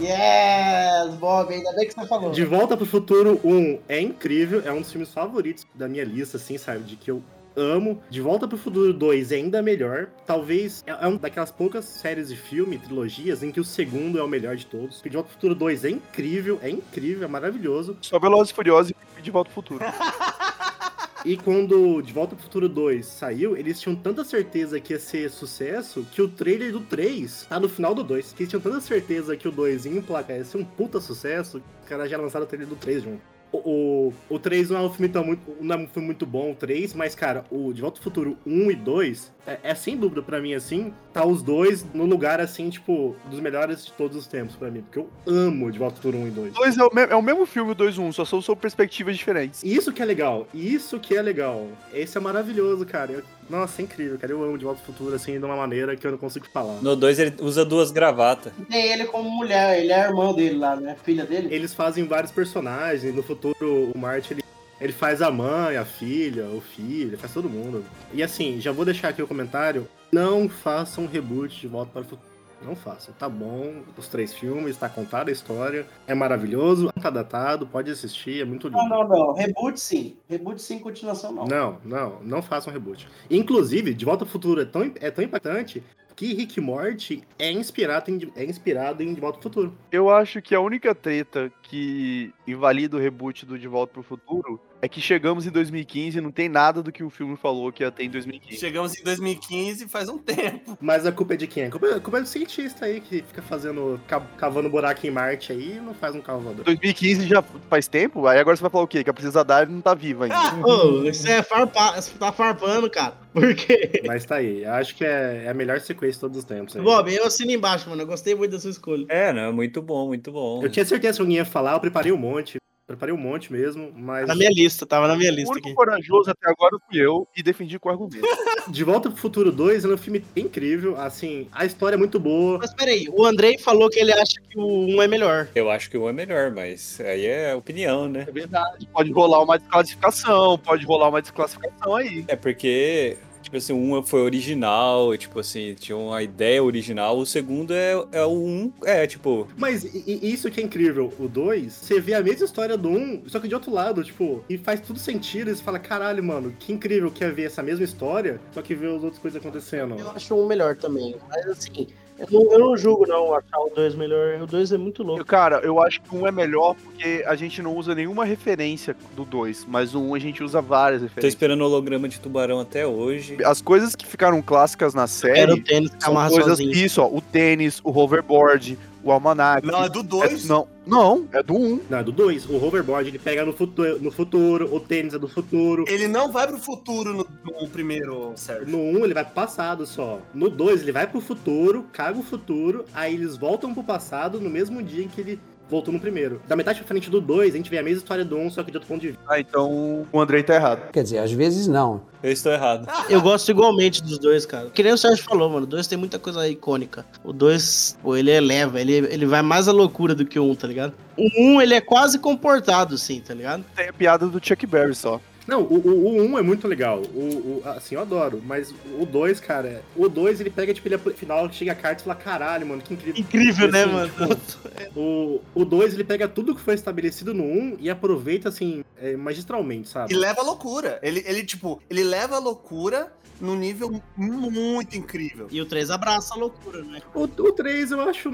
Speaker 3: Yes, Bob, ainda bem que você falou.
Speaker 2: De Volta pro Futuro 1 é incrível, é um dos filmes favoritos da minha lista, assim, sabe? De que eu amo. De Volta pro Futuro 2 é ainda melhor. Talvez é é uma daquelas poucas séries de filme, trilogias, em que o segundo é o melhor de todos. De Volta pro Futuro 2 é incrível, é incrível, é maravilhoso.
Speaker 4: Só Velozes e Furiosos e De Volta ao Futuro.
Speaker 2: E quando De Volta pro Futuro 2 saiu, eles tinham tanta certeza que ia ser sucesso que o trailer do 3 tá no final do 2. Que eles tinham tanta certeza que o 2 ia emplacar, ia ser um puta sucesso, que os caras já lançaram o trailer do 3 junto. O, o, o 3 não é um filme tão muito. Não é um filme muito bom, o 3, mas, cara, o De Volta pro Futuro 1 e 2 é, é sem dúvida pra mim, assim, tá os dois no lugar, assim, tipo, dos melhores de todos os tempos pra mim. Porque eu amo De Volta pro Futuro 1 e 2.
Speaker 4: Dois é, o me- é o mesmo filme, o 2 e 1, só são sob perspectivas diferentes.
Speaker 2: Isso que é legal, isso que é legal. Esse é maravilhoso, cara. Eu- nossa, é incrível, cara. Eu amo De Volta ao Futuro, assim, de uma maneira que eu não consigo falar.
Speaker 5: No 2 ele usa duas gravatas.
Speaker 3: Tem ele como mulher, ele é irmão dele lá, né? Filha dele.
Speaker 2: Eles fazem vários personagens. No futuro, o Marty, ele, ele faz a mãe, a filha, o filho, ele faz todo mundo. E assim, já vou deixar aqui o comentário. Não façam reboot de Volta para o Futuro. Não façam. Tá bom, os três filmes, tá contada a história. É maravilhoso, tá datado, pode assistir, é muito lindo.
Speaker 3: Não, não, não. Reboot sim. Reboot sim, continuação não.
Speaker 2: Não, não, não façam reboot. Inclusive, De Volta ao Futuro é tão, é tão impactante que Rick e Morty é inspirado em, é inspirado em De Volta ao Futuro.
Speaker 4: Eu acho que a única treta que invalida o reboot do De Volta pro Futuro é que chegamos em 2015 e não tem nada do que o filme falou que ia ter em 2015.
Speaker 1: Chegamos em 2015 faz um tempo.
Speaker 2: Mas a culpa é de quem? A culpa, a culpa é do cientista aí que fica fazendo, ca- cavando buraco em Marte aí e não faz um carro voador.
Speaker 4: 2015 já faz tempo, aí agora você vai falar o quê? Que a Princesa Dive não tá viva ainda.
Speaker 3: Ô, isso é farpa... isso tá farpando, cara. Por quê?
Speaker 2: Mas tá aí, acho que é, é a melhor sequência de todos os tempos. aí.
Speaker 3: Bob, eu assino embaixo, mano. Eu gostei muito da sua escolha.
Speaker 5: É, não, é muito bom, muito bom.
Speaker 2: Eu tinha certeza que alguém ia falar, eu preparei um monte. Preparei um monte mesmo, mas.
Speaker 3: Tá Na minha lista, tava na minha
Speaker 4: o
Speaker 3: lista
Speaker 4: único
Speaker 3: aqui.
Speaker 4: corajoso até agora fui eu e defendi com argumento.
Speaker 2: De Volta pro Futuro 2 é um filme incrível, assim, a história é muito boa.
Speaker 3: Mas peraí, o Andrei falou que ele acha que o 1 é melhor.
Speaker 5: Eu acho que o um é melhor, mas aí é opinião, né?
Speaker 4: É verdade. Pode rolar uma desclassificação, pode rolar uma desclassificação aí.
Speaker 5: É porque, tipo assim, o um foi original, tipo assim, tinha uma ideia original, o segundo é, é o um, é tipo,
Speaker 2: Mas i- i- isso que é incrível, o 2, você vê a mesma história do 1, um, só que de outro lado, tipo, e faz tudo sentido, e você fala, caralho, mano, que incrível que é ver essa mesma história, só que ver as outras coisas acontecendo.
Speaker 3: Eu acho um melhor também. Mas assim, eu não, eu não julgo não achar o 2 melhor. O 2 é muito
Speaker 4: Eu,
Speaker 3: louco.
Speaker 4: cara, eu acho que um é melhor porque a gente não usa nenhuma referência do dois, mas o um a gente usa várias
Speaker 5: tô
Speaker 4: referências.
Speaker 5: esperando o holograma de tubarão até hoje.
Speaker 4: As coisas que ficaram clássicas na
Speaker 3: Era o
Speaker 4: série
Speaker 3: tênis que
Speaker 4: são
Speaker 3: amarra
Speaker 4: coisas
Speaker 3: sozinho.
Speaker 4: isso, ó, o tênis, o hoverboard, o almanac.
Speaker 1: Não, é do
Speaker 4: É-
Speaker 1: 2.
Speaker 4: não, não, é do 1. Um.
Speaker 2: Não, é do 2, o hoverboard ele pega no futuro, no futuro, o tênis é do futuro.
Speaker 1: Ele não vai pro futuro no, no primeiro, Sérgio.
Speaker 2: No 1 um, ele vai pro passado só. No 2 ele vai pro futuro, caga o futuro, aí eles voltam pro passado no mesmo dia em que ele voltou no primeiro. Da metade pra frente do 2, a gente vê a mesma história do 1, um, só que de outro ponto de vista.
Speaker 4: Ah, então o Andrei tá errado.
Speaker 8: Quer dizer, às vezes não.
Speaker 5: Eu estou errado.
Speaker 3: Eu gosto igualmente dos dois, cara. Que nem o Sérgio falou, mano. O 2 tem muita coisa icônica. O 2, pô, ele eleva, ele, ele vai mais à loucura do que o 1, um, tá ligado? O 1, um, ele é quase comportado, sim, tá ligado?
Speaker 4: Tem a piada do Chuck Berry só.
Speaker 2: Não, o, o, o 1 um é muito legal. O, o- assim, eu adoro. Mas o 2, cara, o 2 ele pega, tipo, ele é final, chega a carta e fala, caralho, mano, que incrível.
Speaker 3: Incrível, né,
Speaker 2: Assim,
Speaker 3: mano?
Speaker 2: O 2 ele pega tudo que foi estabelecido no 1 um e aproveita, assim, é, magistralmente, sabe?
Speaker 1: E leva a loucura. Ele, ele, tipo, ele leva a loucura num nível muito incrível.
Speaker 3: E o 3 abraça a loucura, né?
Speaker 2: O 3 eu acho.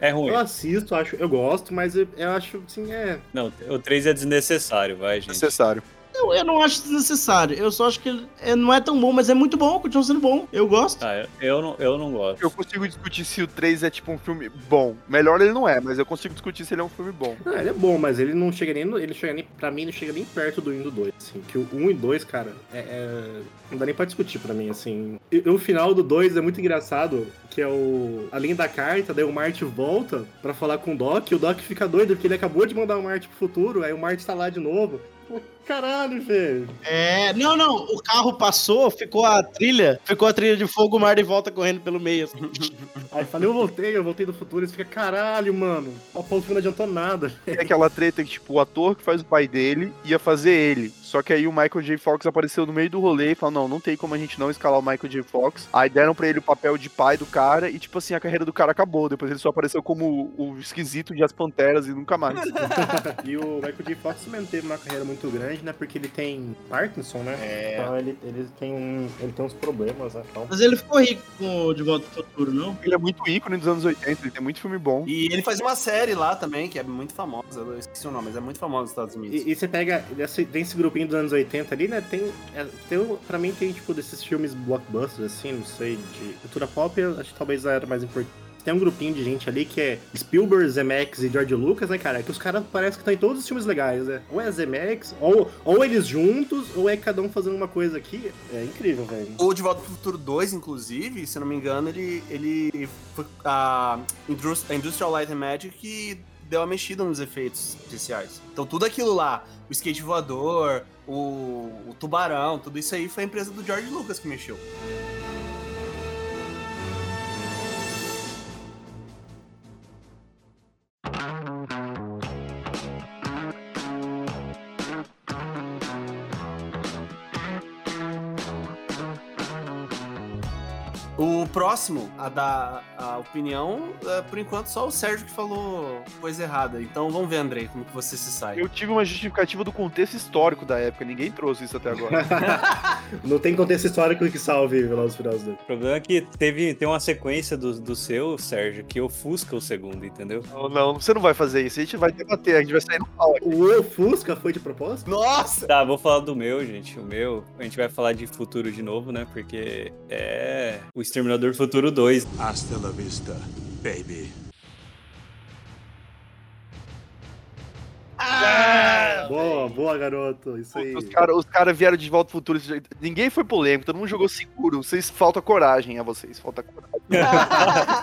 Speaker 5: É ruim.
Speaker 2: Eu assisto, acho, eu gosto, mas eu, eu acho, assim, é.
Speaker 5: Não, o 3 é desnecessário, vai, gente.
Speaker 4: Necessário.
Speaker 3: Eu, eu não acho desnecessário. Eu só acho que ele- é, não é tão bom, mas é muito bom, continua sendo bom. Eu gosto.
Speaker 5: Ah, eu, eu não, eu não gosto.
Speaker 4: Eu consigo discutir se o 3 é tipo um filme bom. Melhor ele não é, mas eu consigo discutir se ele é um filme bom.
Speaker 2: Ah, ele é bom, mas ele não chega nem. no- Ele chega nem. Pra mim, não chega nem perto do 1 e do 2. Assim, que o 1 e 2, cara, é, é- Não dá nem pra discutir pra mim, assim. E, e o final do 2 é muito engraçado, que é o. Além da carta, daí o Marte volta pra falar com o Doc, e o Doc fica doido, porque ele acabou de mandar o Marte pro futuro, aí o Marte tá lá de novo. Pô, Caralho, velho.
Speaker 3: É, não, não. O carro passou, ficou a trilha, ficou a trilha de fogo, o mar de volta correndo pelo meio. assim.
Speaker 2: Aí fala, eu voltei, eu voltei do futuro, e você fica, caralho, mano. O Paulo não adiantou nada.
Speaker 4: Tem aquela treta que, tipo, o ator que faz o pai dele ia fazer ele. Só que aí o Michael J. Fox apareceu no meio do rolê e falou: não, não tem como a gente não escalar o Michael J. Fox. Aí deram pra ele o papel de pai do cara e, tipo assim, a carreira do cara acabou. Depois ele só apareceu como o esquisito de As Panteras e nunca mais. Então,
Speaker 2: E o Michael J. Fox também não teve uma carreira muito grande, né? Porque ele tem Parkinson, né? É. Então ele, ele, tem, um, ele tem uns problemas, né? Então,
Speaker 3: Mas ele ficou rico com o De Volta pro Futuro, não?
Speaker 4: ele é muito ícone dos anos 80, ele tem muito filme bom.
Speaker 1: E ele um faz uma série lá também, que é muito famosa. Eu esqueci o nome, mas é muito famosa nos Estados Unidos.
Speaker 2: E, e você pega, esse- tem esse grupinho dos anos 80 ali, né? Tem, é, tem o- pra mim tem, tipo, desses filmes blockbusters, assim, não sei, de cultura pop, eu acho que talvez era mais importante. Tem um grupinho de gente ali que é Spielberg, Zemeckis e George Lucas, né, cara? Que os caras parecem que estão em todos os filmes legais, né? Ou é Zemeckis, ou, ou eles juntos, ou é cada um fazendo uma coisa aqui. É incrível, velho.
Speaker 1: O De Volta pro Futuro 2, inclusive, se eu não me engano, ele, ele foi a Indus- a Industrial Light and Magic que deu uma mexida nos efeitos especiais. Então tudo aquilo lá, o skate voador, o, o tubarão, tudo isso aí foi a empresa do George Lucas que mexeu. O próximo a dar a opinião, é, por enquanto, só o Sérgio que falou coisa errada. Então vamos ver, Andrei, como que você se sai.
Speaker 4: Eu tive uma justificativa do contexto histórico da época, ninguém trouxe isso até agora.
Speaker 2: não tem contexto histórico que salve Velozes e Furiosos dois.
Speaker 5: O problema é que teve, tem uma sequência do, do seu, Sérgio, que ofusca o segundo, entendeu?
Speaker 4: não, não, você não vai fazer isso, a gente vai debater, a gente vai sair no pau.
Speaker 2: O Eu Fusca foi de propósito?
Speaker 1: Nossa!
Speaker 5: Tá, vou falar do meu, gente. O meu, a gente vai falar de futuro de novo, né? Porque é o Exterminador do Futuro 2.
Speaker 9: Hasta la vista, baby.
Speaker 3: Ah!
Speaker 2: Boa, boa, garoto. Isso aí.
Speaker 4: Os caras os cara vieram de volta pro futuro. esse jeito. Ninguém foi polêmico, todo mundo jogou seguro. Vocês falta coragem a vocês, falta coragem.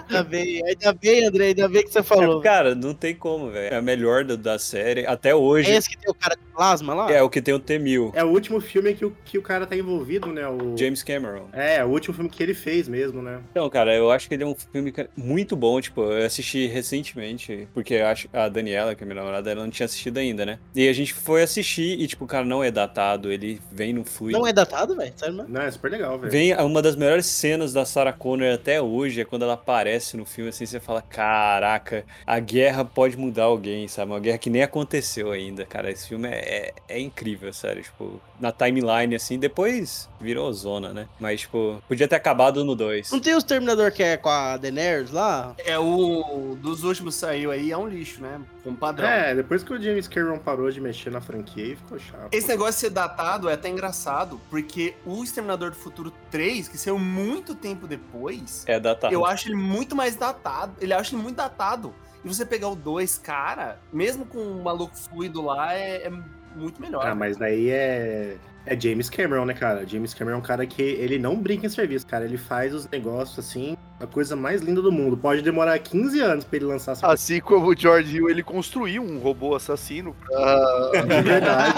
Speaker 3: Ainda bem, ainda bem, André, ainda bem que você falou.
Speaker 5: É, Cara, não tem como, velho. É a melhor da, da série até hoje.
Speaker 3: É esse que tem o cara de plasma lá?
Speaker 5: É o que tem o T-1000,
Speaker 2: É o último filme que o, que o cara tá envolvido, né? O...
Speaker 5: James Cameron.
Speaker 2: É, o último filme que ele fez mesmo, né?
Speaker 5: Então, cara, eu acho que ele é um filme que é muito bom, tipo, eu assisti recentemente, porque eu acho a Daniela, que é minha namorada, ela não tinha assistido ainda, né? E a gente foi assistir e, tipo, cara, não é datado, ele vem no fluido.
Speaker 3: Não é datado, velho? Sério mesmo?
Speaker 2: Não, é super legal, velho.
Speaker 5: Vem uma das melhores cenas da Sarah Connor até hoje, é quando ela aparece no filme, assim, você fala, caraca, a guerra pode mudar alguém, sabe? Uma guerra que nem aconteceu ainda, cara. Esse filme é, é, é incrível, sério. Tipo, na timeline, assim, depois virou zona, né? Mas, tipo, podia ter acabado no 2.
Speaker 3: Não tem os Terminador que é com a Daenerys lá?
Speaker 1: É o dos últimos saiu aí, é um lixo, né? Como padrão.
Speaker 2: É, depois que o James Cameron parou de mexer na franquia, aí ficou chato.
Speaker 1: Esse negócio de ser datado é até engraçado, porque o Exterminador do Futuro 3, que saiu muito tempo depois,
Speaker 5: É datado.
Speaker 1: eu acho ele muito mais datado. Ele acha ele muito datado. E você pegar o 2, cara, mesmo com o maluco fluido lá, é, é muito melhor.
Speaker 2: Ah, mas Ah, daí é É James Cameron, né, cara? James Cameron é um cara que ele não brinca em serviço, cara. Ele faz os negócios assim, a coisa mais linda do mundo. Pode demorar 15 anos pra ele lançar essa coisa.
Speaker 4: Assim como o George Hill, ele construiu um robô assassino.
Speaker 2: De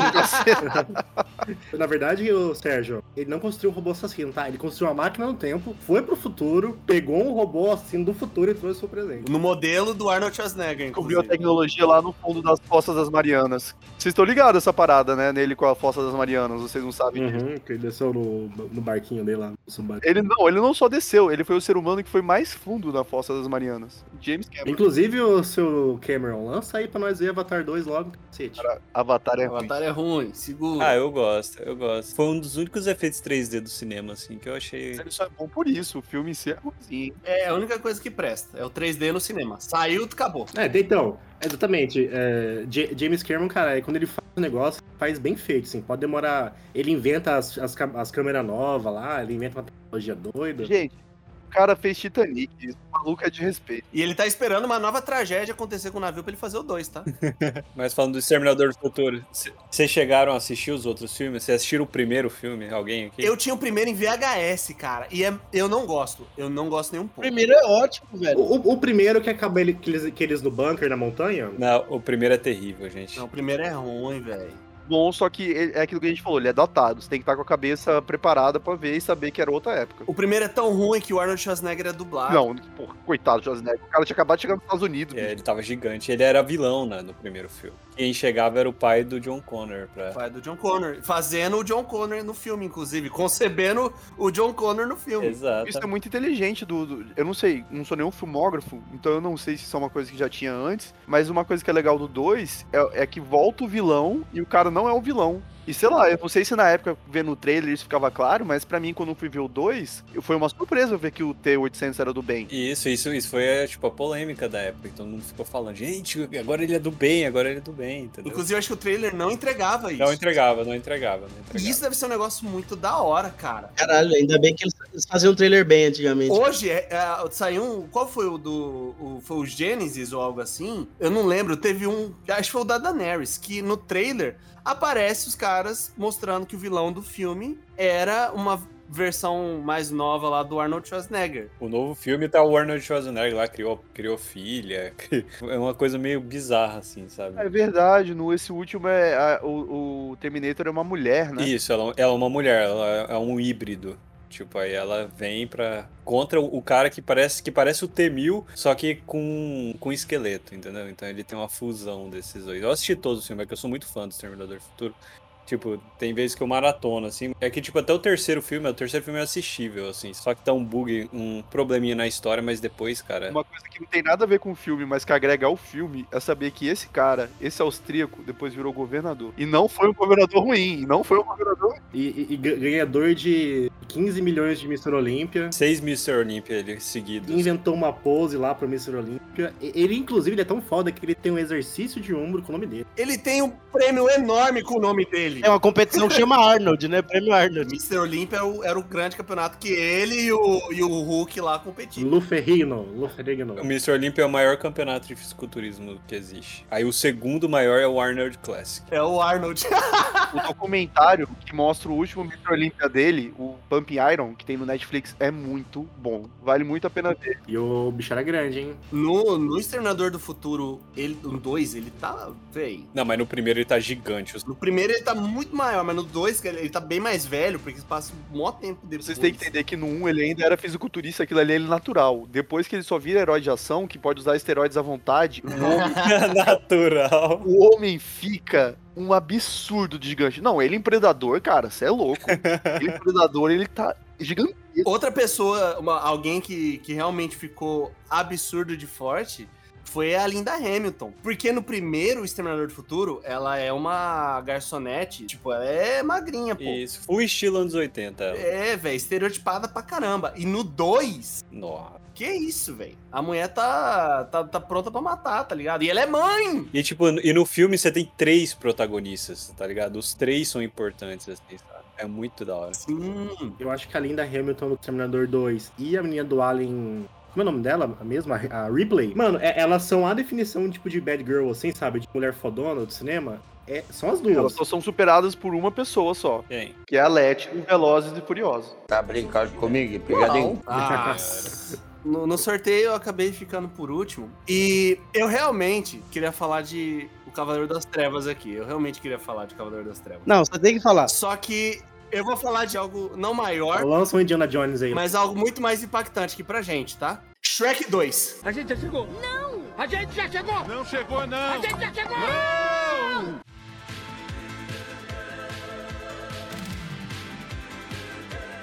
Speaker 2: verdade. Na verdade, o Sérgio, ele não construiu um robô assassino, tá? Ele construiu uma máquina no tempo, foi pro futuro, pegou um robô assassino do futuro e trouxe pro presente.
Speaker 1: No modelo do Arnold Schwarzenegger,
Speaker 4: Descobriu a
Speaker 1: inclusive.
Speaker 4: tecnologia lá no fundo das Fossas das Marianas. Vocês estão ligados essa parada, né? Nele com a Fossa das Marianas, vocês não sabem disso.
Speaker 2: Uhum, que ele desceu no, no barquinho dele lá. no barco.
Speaker 4: Ele não, ele não só desceu, ele foi o ser humano que foi mais fundo na Fossa das Marianas. James Cameron.
Speaker 2: Inclusive, o seu Cameron, lança aí pra nós ver Avatar 2 logo, cacete.
Speaker 4: Avatar é
Speaker 1: O
Speaker 4: ruim.
Speaker 1: Avatar é ruim, segura.
Speaker 5: Ah, eu gosto, eu gosto. Foi um dos únicos efeitos 3D do cinema, assim, que eu achei.
Speaker 4: Ele só é bom por isso, o filme em si é ruimzinho.
Speaker 1: É a única coisa que presta. É o 3D no cinema. Saiu, acabou.
Speaker 2: É, então, exatamente. é, J- James Cameron, cara, é quando ele faz um negócio, faz bem feito, assim. Pode demorar. Ele inventa as, as, cam- as câmeras novas lá, ele inventa uma tecnologia doida.
Speaker 4: Gente, o cara fez Titanic, isso maluco é de respeito.
Speaker 1: E ele tá esperando uma nova tragédia acontecer com o navio pra ele fazer o 2, tá?
Speaker 5: Mas falando do Exterminador do Futuro, c- vocês chegaram a assistir os outros filmes? Vocês assistiram o primeiro filme? Alguém aqui?
Speaker 1: Eu tinha o primeiro em VHS, cara. E é- eu não gosto. Eu não gosto nem um
Speaker 3: O
Speaker 1: pouco.
Speaker 3: primeiro é ótimo,
Speaker 2: O,
Speaker 3: velho.
Speaker 2: o- o primeiro que acaba ele, que eles, que eles no bunker na montanha.
Speaker 5: Não, o primeiro é terrível, gente.
Speaker 1: Não, o primeiro é ruim, velho.
Speaker 4: Bom, só que ele- é aquilo que a gente falou, ele é datado. Você tem que estar com a cabeça preparada pra ver e saber que era outra época.
Speaker 1: O primeiro é tão ruim que o Arnold Schwarzenegger é dublado.
Speaker 4: Não, porra, coitado do Schwarzenegger. O cara tinha acabado de chegar nos Estados Unidos.
Speaker 5: É,
Speaker 4: bicho.
Speaker 5: ele tava gigante. Ele era vilão né, no primeiro filme. Quem chegava era o pai do John Connor. Pra...
Speaker 1: Pai do John Connor. Fazendo o John Connor no filme, inclusive. Concebendo o John Connor no filme.
Speaker 5: Exato.
Speaker 4: Isso é muito inteligente do, do- Eu não sei, não sou nenhum filmógrafo, então eu não sei se isso é uma coisa que já tinha antes, mas uma coisa que é legal do 2 é, é que volta o vilão e o cara não é o vilão. E sei lá, eu não sei se na época, vendo o trailer, isso ficava claro, mas pra mim, quando eu fui ver o 2, foi uma surpresa eu ver que o T-800 era do bem.
Speaker 5: Isso, isso, isso foi é, tipo a polêmica da época. Então todo mundo ficou falando, gente, agora ele é do bem, agora ele é do bem, entendeu?
Speaker 1: Inclusive, eu acho que o trailer não entregava isso.
Speaker 5: Não entregava, não entregava, não entregava.
Speaker 1: E isso deve ser um negócio muito da hora, cara.
Speaker 3: Caralho, ainda bem que eles- eles faziam um trailer bem antigamente.
Speaker 1: Hoje é, é, saiu um. Qual foi o do. O, foi o Gênesis ou algo assim? Eu não lembro. Teve um. Acho que foi o da Daenerys, que no trailer aparece os caras mostrando que o vilão do filme era uma versão mais nova lá do Arnold Schwarzenegger.
Speaker 5: O novo filme tá o Arnold Schwarzenegger lá, criou, criou filha. É uma coisa meio bizarra, assim,
Speaker 4: É
Speaker 5: sabe?
Speaker 4: verdade, no esse último é a- o, o Terminator é uma mulher, né?
Speaker 5: Isso, ela, ela é uma mulher, ela é um híbrido. Tipo, aí ela vem pra. contra o o cara que parece que parece o Temil, só que com, com esqueleto, entendeu? Então ele tem uma fusão desses dois. Eu assisti todos os filmes, é que eu sou muito fã do Exterminador do Futuro. Tipo, tem vezes que eu maratono, assim. É que, tipo, até o terceiro filme, o terceiro filme é assistível, assim. Só que tá um bug, um probleminha na história, mas depois, cara.
Speaker 4: Uma coisa que não tem nada a ver com o filme, mas que agrega ao filme, é saber que esse cara, esse austríaco, depois virou governador. E não foi um governador ruim, não foi um governador ruim.
Speaker 2: E, e- e ga- ganhador de 15 milhões de Mr. Olímpia.
Speaker 5: Seis Mr. Olympia ele assim. seguidos.
Speaker 2: Inventou uma pose lá pro Mr. Olímpia. E- Ele, inclusive, ele é tão foda que ele tem um exercício de ombro com o nome dele.
Speaker 1: Ele tem um prêmio enorme com o nome dele.
Speaker 3: É uma competição que chama Arnold, né? Prêmio Arnold.
Speaker 1: Mr. Olympia era o, era o grande campeonato que ele e o, e o Hulk lá competiam.
Speaker 2: Luferrino. Luferrino.
Speaker 5: O Mr. Olympia é o maior campeonato de fisiculturismo que existe. Aí o segundo maior é o Arnold Classic.
Speaker 1: É o Arnold.
Speaker 4: O documentário que mostra o último Mr. Olympia dele, o Pump Iron, que tem no Netflix, é muito bom. Vale muito a pena ver.
Speaker 2: E o bicho era grande, hein?
Speaker 1: No, no Exterminador do Futuro, ele, no 2, ele tá. Véi.
Speaker 5: Não, mas no primeiro ele tá gigante. Os-
Speaker 1: No primeiro ele tá muito maior, mas no 2 ele tá bem mais velho, porque ele passa um maior tempo depois.
Speaker 4: Vocês têm que entender que no 1 ele ainda era fisiculturista, aquilo ali é ele natural. Depois que ele só vira herói de ação, que pode usar esteroides à vontade,
Speaker 1: É.
Speaker 4: o homem
Speaker 5: Natural.
Speaker 4: O homem fica um absurdo de gigante. Não, ele em Predador, cara, você é louco. ele em Predador, ele tá gigante.
Speaker 1: Outra pessoa, uma- alguém que, que realmente ficou absurdo de forte. Foi a Linda Hamilton. Porque no primeiro Exterminador do Futuro, ela é uma garçonete. Tipo, ela é magrinha, pô.
Speaker 5: Isso. Full estilo anos 80. ela.
Speaker 1: É, velho, estereotipada pra caramba. E no 2,
Speaker 5: Nossa.
Speaker 1: que isso, velho? A mulher tá, tá, tá pronta pra matar, tá ligado? E ela é mãe!
Speaker 5: E tipo, e no filme você tem três protagonistas, tá ligado? Os três são importantes, assim, sabe? É muito da hora.
Speaker 1: Sim.
Speaker 2: Eu acho que a Linda Hamilton do Terminator 2 e a menina do Alien. Como é o nome dela? A mesma? A Ripley? Mano, é- elas são a definição tipo de bad girl, assim, sabe? De mulher fodona do cinema. É, são as
Speaker 4: Elas
Speaker 2: duas.
Speaker 4: só são superadas por uma pessoa só,
Speaker 5: Quem?
Speaker 4: que é a Letty em Velozes e Furiosos.
Speaker 8: Tá brincando comigo? Pegadinho?
Speaker 1: Ah, no, no sorteio eu acabei ficando por último. E eu realmente queria falar de O Cavaleiro das Trevas aqui. Eu realmente queria falar de Cavaleiro das Trevas.
Speaker 3: Não, você tem que falar.
Speaker 1: Só que eu vou falar de algo não maior,
Speaker 2: Lança o Indiana Jones aí.
Speaker 1: mas algo muito mais impactante aqui pra gente, tá? Shrek 2.
Speaker 9: Não chegou, não!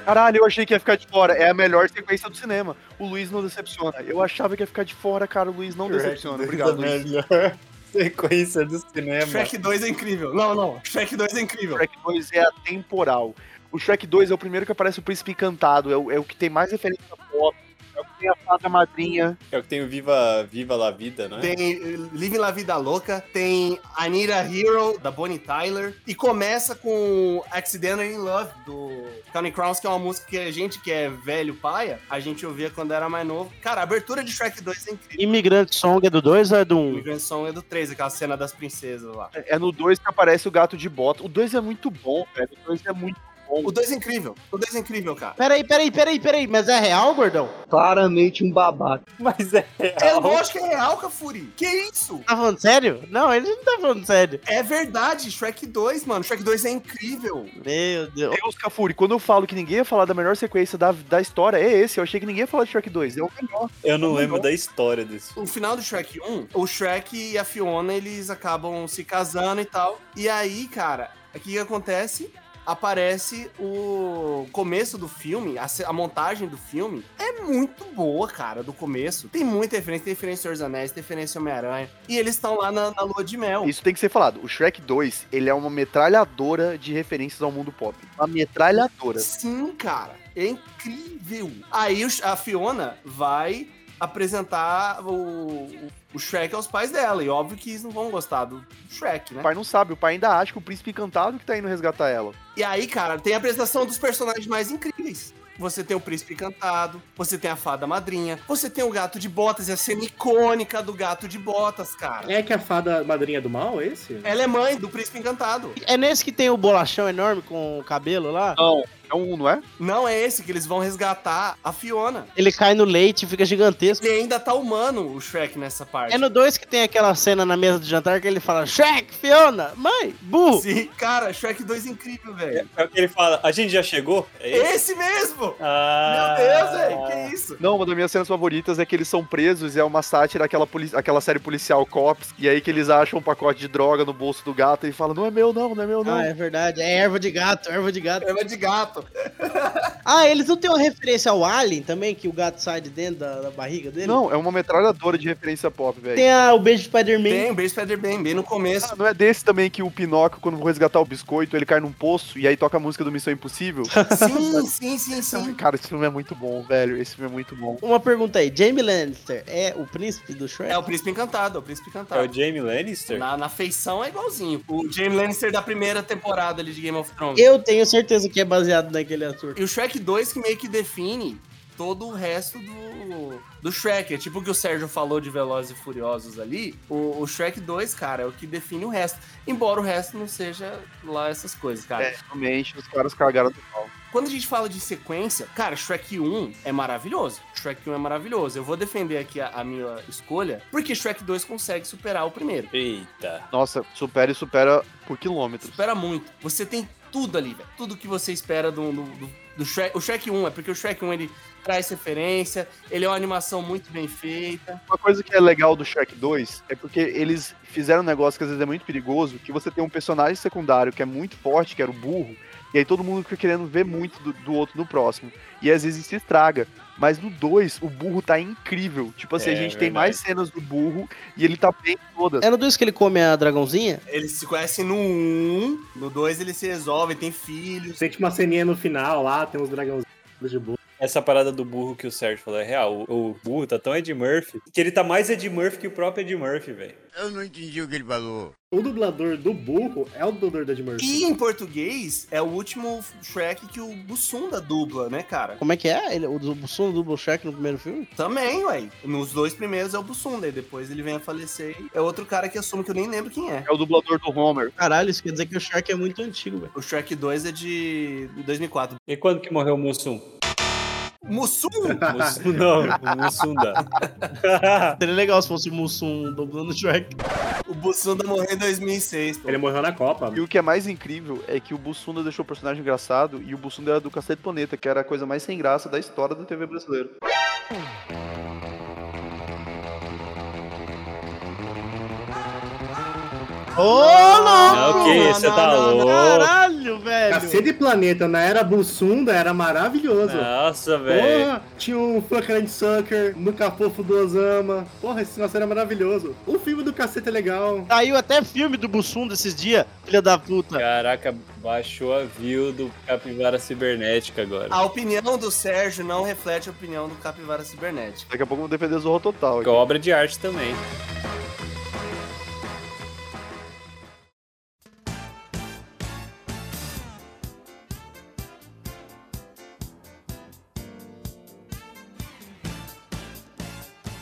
Speaker 4: Caralho, eu achei que ia ficar de fora. É a melhor sequência do cinema. O Luiz não decepciona. Eu achava que ia ficar de fora, cara. O Luiz não decepciona. Obrigado, Luiz.
Speaker 5: melhor sequência do cinema.
Speaker 1: Shrek 2 é incrível. Não, não. Shrek 2 é incrível.
Speaker 4: Shrek 2 é atemporal. O Shrek 2 é o primeiro que aparece o príncipe encantado. É o, é o que tem mais referência pop. É o que tem a fada madrinha.
Speaker 5: É o que tem o Viva, Viva La Vida, né?
Speaker 1: Tem eh, Living La Vida Louca, tem I Need a Hero, da Bonnie Tyler, e começa com Accidental in Love, do Tony Crowns, que é uma música que a gente que é velho paia, a gente ouvia quando era mais novo. Cara, a abertura de Shrek 2 é incrível.
Speaker 3: Imigrante Song é do 2 ou é do
Speaker 1: O
Speaker 3: 1? Um?
Speaker 1: Migrant Song é do 3, aquela cena das princesas lá.
Speaker 4: É no 2 que aparece o gato de bota. O 2 é muito bom, velho. O 2 é muito bom.
Speaker 1: O 2 é incrível, o 2 é incrível, cara.
Speaker 3: Peraí, peraí, peraí, peraí. Mas é real, gordão?
Speaker 7: Claramente um babaca.
Speaker 5: Mas é
Speaker 1: É lógico que é real, Cafuri. Que isso?
Speaker 3: Tá falando sério? Não, ele não tá falando sério.
Speaker 1: É verdade, Shrek 2, mano. Shrek 2 é incrível.
Speaker 3: Meu Deus.
Speaker 4: Deus, Cafuri, quando eu falo que ninguém ia falar da melhor sequência da, da história, é esse. Eu achei que ninguém ia falar de Shrek 2. É o melhor.
Speaker 5: Eu
Speaker 1: Tá
Speaker 5: não lembro da história desse
Speaker 1: O final do Shrek 1, o Shrek e a Fiona, eles acabam se casando e tal. E aí, cara, o que que acontece? Aparece o começo do filme, a, se- a montagem do filme é muito boa, cara, do começo. Tem muita referência, tem referência ao Senhor dos Anéis, tem referência ao Homem-Aranha. E eles estão lá na, na lua de mel.
Speaker 4: Isso tem que ser falado. O Shrek 2, ele é uma metralhadora de referências ao mundo pop. Uma metralhadora.
Speaker 1: Sim, cara. É incrível. Aí o- a Fiona vai apresentar o, o- o Shrek aos pais dela. E óbvio que eles não vão gostar do Shrek, né?
Speaker 4: O pai não sabe. O pai ainda acha que o príncipe encantado que tá indo resgatar ela.
Speaker 1: E aí, cara, tem a apresentação dos personagens mais incríveis. Você tem o príncipe encantado, você tem a fada madrinha, você tem o gato de botas, e a cena icônica do gato de botas, cara.
Speaker 2: É que a fada madrinha do mal, esse?
Speaker 1: Ela é mãe do príncipe encantado.
Speaker 3: É nesse que tem o bolachão enorme com o cabelo lá?
Speaker 4: Não. É um, não é?
Speaker 1: Não é esse que eles vão resgatar a Fiona.
Speaker 3: Ele cai no leite e fica gigantesco.
Speaker 1: Ele ainda tá humano, o Shrek, nessa parte.
Speaker 3: É no 2 que tem aquela cena na mesa de jantar que ele fala: Shrek, Fiona, mãe, burro.
Speaker 1: Sim, cara, Shrek 2 incrível, velho.
Speaker 5: É o que ele fala, a gente já chegou? É esse?
Speaker 1: Esse mesmo!
Speaker 5: Ah,
Speaker 1: Meu Deus, velho, que isso?
Speaker 4: Não, uma das minhas cenas favoritas é que eles são presos e é uma sátira, aquela, poli- aquela série policial Cops, e aí que eles acham um pacote de droga no bolso do gato e falam, não é meu não, não é meu não.
Speaker 3: Ah, é verdade. É erva de gato, erva de gato.
Speaker 1: Erva de gato.
Speaker 3: Ah, eles não têm uma referência ao Alien também, que o gato sai de dentro da, da barriga dele?
Speaker 4: Não, é uma metralhadora de referência pop, velho.
Speaker 3: Tem a- o beijo de Spider-Man.
Speaker 1: Bem, o Beijo Spider bem, bem no começo.
Speaker 4: Ah, Não é desse também que o Pinóquio, quando vai resgatar o biscoito, ele cai num poço e aí toca a música do Missão Impossível?
Speaker 1: Sim, sim, sim, sim.
Speaker 4: Cara, esse filme é muito bom, velho. Esse filme é muito bom.
Speaker 3: Uma pergunta aí: Jamie Lannister é o príncipe do Shrek?
Speaker 1: É o príncipe encantado, é o príncipe
Speaker 5: É
Speaker 1: encantado.
Speaker 5: o Jamie Lannister?
Speaker 1: Na, na feição é igualzinho. O James Lannister da primeira temporada ali de Game of Thrones.
Speaker 3: Eu tenho certeza que é baseado naquele ator.
Speaker 1: E o Shrek 2 que meio que define todo o resto do, do Shrek. É tipo o que o Sérgio falou de Velozes e Furiosos ali. O, o Shrek 2, cara, é o que define o resto. Embora o resto não seja lá essas coisas, cara.
Speaker 4: É, realmente, os caras cagaram do pau.
Speaker 1: Quando a gente fala de sequência, cara, Shrek 1 é maravilhoso. Shrek 1 é maravilhoso. Eu vou defender aqui a, a minha escolha, porque Shrek 2 consegue superar o primeiro.
Speaker 5: Eita.
Speaker 4: Nossa, supera e supera por quilômetros.
Speaker 1: Supera muito. Você tem tudo ali, velho. Tudo que você espera do, do, do- do Shrek. O Shrek 1 é porque o Shrek 1 ele traz referência, ele é uma animação muito bem feita.
Speaker 4: Uma coisa que é legal do Shrek 2 é porque eles fizeram um negócio que às vezes é muito perigoso, que você tem um personagem secundário que é muito forte, que era o burro, e aí todo mundo fica querendo ver muito do, do outro no próximo. E às vezes se estraga. Mas no 2, o burro tá incrível. Tipo assim,
Speaker 5: É,
Speaker 4: a gente tem
Speaker 5: verdade.
Speaker 4: mais cenas do burro e ele tá bem em todas.
Speaker 3: É no 2 que ele come a dragãozinha?
Speaker 1: Eles se conhecem no 1, no 2 eles se resolvem, tem filhos.
Speaker 2: Sente uma ceninha no final lá, tem uns dragãozinhos de boa.
Speaker 5: essa parada do burro que o Sérgio falou é real. O, o burro tá tão Ed Murphy que ele tá mais Ed Murphy que o próprio Ed Murphy, velho.
Speaker 8: Eu não entendi o que ele falou.
Speaker 2: O dublador do burro é o dublador da Ed Murphy.
Speaker 1: E em português é o último Shrek que o Bussunda dubla, né, cara?
Speaker 3: Como é que é? Ele, o do- o som do Double Shrek no primeiro filme?
Speaker 1: Também, ué. Nos dois primeiros é o Bussunda, e depois ele vem a falecer. e É outro cara que assume que eu nem lembro quem é.
Speaker 4: É o dublador do Homer.
Speaker 3: Caralho, isso quer dizer que o Shrek é muito antigo, velho.
Speaker 1: O Shrek 2 é de 2004.
Speaker 5: E quando que morreu o Mussum?
Speaker 1: Mussum!
Speaker 5: Mussum não, o Mussunda.
Speaker 3: Ah, Seria legal se fosse o Mussum dublando o Shrek.
Speaker 1: O Bussunda morreu em 2006. Pô.
Speaker 2: Ele morreu na Copa.
Speaker 4: E o que é mais incrível é que o Bussunda deixou o personagem engraçado e o Bussunda era do Cacete Planeta, que era a coisa mais sem graça da história da TV brasileira.
Speaker 3: Ô, louco!
Speaker 5: Não, que isso, você tá louco.
Speaker 3: Caralho, velho!
Speaker 2: Cacete Planeta na era Bussunda era maravilhoso.
Speaker 5: Nossa, velho.
Speaker 2: Porra, tinha o Fucking Sucker, Muca Fofo do Osama. Porra, esse negócio era maravilhoso. O filme do cacete é legal.
Speaker 3: Saiu até filme do Bussum desses dias, filha da
Speaker 5: É
Speaker 3: puta.
Speaker 5: Caraca, baixou a view do Capivara Cibernética agora.
Speaker 1: A opinião do Sérgio não reflete a opinião do Capivara Cibernética.
Speaker 4: Daqui a pouco eu vou defender o Zorro Total.
Speaker 5: Que é obra de arte também.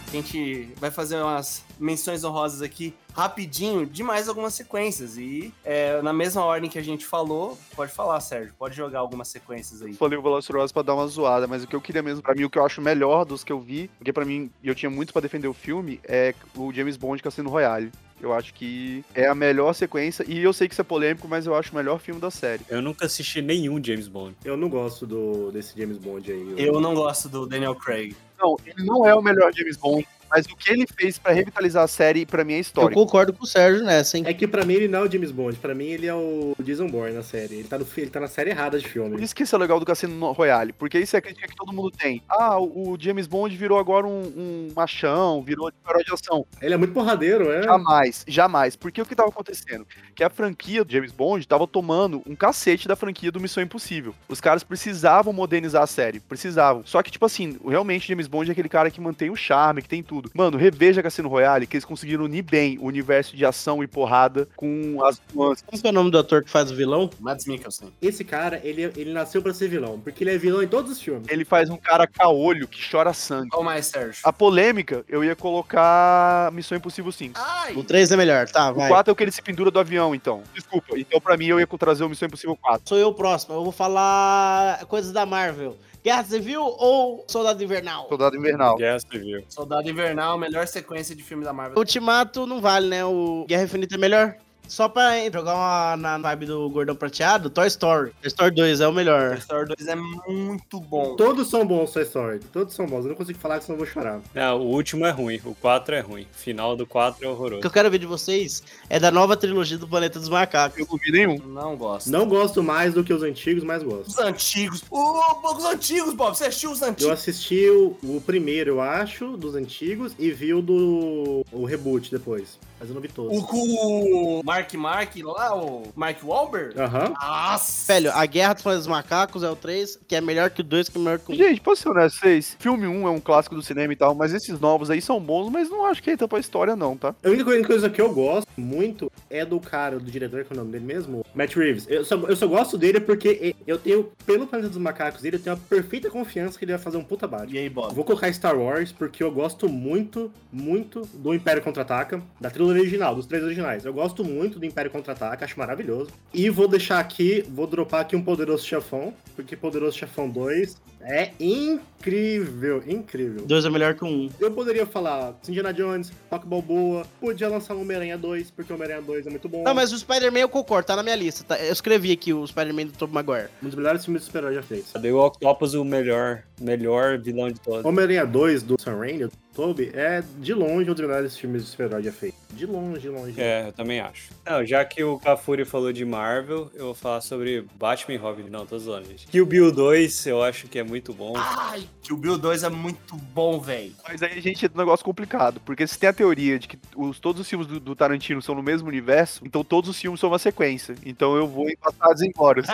Speaker 1: A gente vai fazer umas menções honrosas aqui rapidinho de mais algumas sequências. E é, na mesma ordem que a gente falou, pode falar, Sérgio. Pode jogar algumas sequências aí.
Speaker 4: Falei o Velociraptor pra dar uma zoada, mas o que eu queria mesmo, pra mim, o que eu acho melhor dos que eu vi, porque pra mim, eu tinha muito pra defender o filme, é o James Bond Cassino Royale. Eu acho que é a melhor sequência, e eu sei que isso é polêmico, mas eu acho o melhor filme da série.
Speaker 5: Eu nunca assisti nenhum James Bond.
Speaker 2: Eu não gosto do, desse James Bond aí.
Speaker 1: Eu não gosto do Daniel Craig.
Speaker 4: Não, ele não é o melhor James Bond, mas o que ele fez pra revitalizar a série, pra mim, é
Speaker 3: Eu
Speaker 4: histórico.
Speaker 3: concordo com o Sérgio nessa, hein?
Speaker 2: É que pra mim ele não é o James Bond, pra mim ele é o Jason Bourne na série. Ele tá, no, fi- ele tá na série errada de
Speaker 4: Por
Speaker 2: filme.
Speaker 4: isso que isso é legal do Cassino Royale, porque isso é a crítica que todo mundo tem. Ah, o o James Bond virou agora um, um machão, virou um herói de ação.
Speaker 2: Ele é muito porradeiro, é?
Speaker 4: Jamais, jamais. Porque o que tava acontecendo? Que a franquia do James Bond tava tomando um cacete da franquia do Missão Impossível. Os caras precisavam modernizar a série, precisavam. Só que, tipo assim, realmente James Bond é aquele cara que mantém o charme, que tem tudo. Mano, reveja Cassino Royale, que eles conseguiram unir bem o universo de ação e porrada com as nuances.
Speaker 3: Como que é o nome do ator que faz o vilão?
Speaker 1: Mads Mikkelsen.
Speaker 2: Esse cara, ele, ele nasceu pra ser vilão, porque ele é vilão em todos os filmes.
Speaker 4: Ele faz um cara caolho que chora sangue.
Speaker 1: Qual mais, Sérgio?
Speaker 4: A polêmica, eu ia colocar Missão Impossível 5.
Speaker 1: Ai!
Speaker 3: O 3 é melhor, tá,
Speaker 4: O
Speaker 3: vai.
Speaker 4: 4 é o que ele se pendura do avião, então. Desculpa. Então, pra mim, eu ia trazer o Missão Impossível 4.
Speaker 3: Sou eu o próximo, eu vou falar coisas da Marvel. Guerra Civil ou Soldado Invernal?
Speaker 4: Soldado Invernal.
Speaker 5: Guerra Civil.
Speaker 1: Soldado Invernal, melhor sequência de filme da Marvel.
Speaker 3: Ultimato não vale, né? O Guerra Infinita é melhor. Só pra hein, jogar uma, na vibe do Gordão Prateado, Toy Story. Toy Story 2 é o melhor.
Speaker 1: Toy Story 2 é muito bom.
Speaker 2: Todos são bons, Toy Story. Todos são bons. Eu não consigo falar que senão eu vou chorar.
Speaker 5: Não, o último é ruim, o 4 é ruim. O final do 4 é
Speaker 3: O que
Speaker 5: horroroso.
Speaker 3: eu quero ver de vocês é da nova trilogia do Planeta dos Macacos.
Speaker 4: Eu não vi nenhum.
Speaker 1: Não gosto.
Speaker 2: Não gosto mais do que os antigos, mas gosto.
Speaker 1: Os antigos. Ô, os antigos, Bob. Você assistiu os
Speaker 2: Eu
Speaker 1: antigos?
Speaker 2: assisti o, o primeiro, eu acho, dos antigos, e vi o do o reboot depois. Mas eu não vi todos.
Speaker 1: O com o Mark Mark lá, o Mark Wahlberg?
Speaker 2: Aham.
Speaker 1: Nossa!
Speaker 3: Velho, a Guerra dos Planetas dos Macacos é o 3, que é melhor que o 2, que é melhor que o 1.
Speaker 4: Gente, posso ser honesto, vocês? Filme 1 é um clássico do cinema e tal, mas esses novos aí são bons, mas não acho que é tampa a história, não, tá?
Speaker 2: A única coisa- coisa que eu gosto muito é do cara, do diretor, que é o nome dele mesmo, Matt Reeves. Eu só, eu só gosto dele porque e- eu tenho, pelo Planeta dos Macacos dele, eu tenho a perfeita confiança que ele vai fazer um puta
Speaker 1: E
Speaker 2: bate.
Speaker 1: aí, Bob?
Speaker 2: Vou colocar Star Wars porque eu gosto muito, muito do Império Contra-Ataca, da trilogia original, dos três originais. Eu gosto muito do Império Contra-Ataca, acho maravilhoso. E vou deixar aqui, vou dropar aqui um Poderoso Chefão, porque Poderoso Chefão 2 é incrível, incrível.
Speaker 3: 2 é melhor que o 1.
Speaker 2: Eu poderia falar Indiana Jones, Rock Balboa, podia lançar o Homem-Aranha 2, porque o Homem-Aranha 2 é muito bom.
Speaker 3: Não, mas o Spider-Man eu concordo, tá na minha lista. tá? Eu escrevi aqui o Spider-Man do Tobey Maguire.
Speaker 2: Um dos melhores filmes de super-herói já feitos.
Speaker 5: Dei o Octopus o melhor, melhor vilão de todos.
Speaker 2: Homem-Aranha 2 do Sam Raimi, do Toby, é de longe um dos melhores filmes de super-herói já feitos. De longe, de longe.
Speaker 5: É, eu também acho. Não, já que o Cafuri falou de Marvel, eu vou falar sobre Batman e Robin. Não, tô zoando, gente. Kill Bill 2, eu acho que é muito bom.
Speaker 1: Ai, Kill Bill 2 é muito bom, velho.
Speaker 4: Mas aí a gente entra num negócio complicado, porque se tem a teoria de que os, todos os filmes do, do Tarantino são no mesmo universo, então todos os filmes são uma sequência. Então eu vou em Bastardos e Glórias.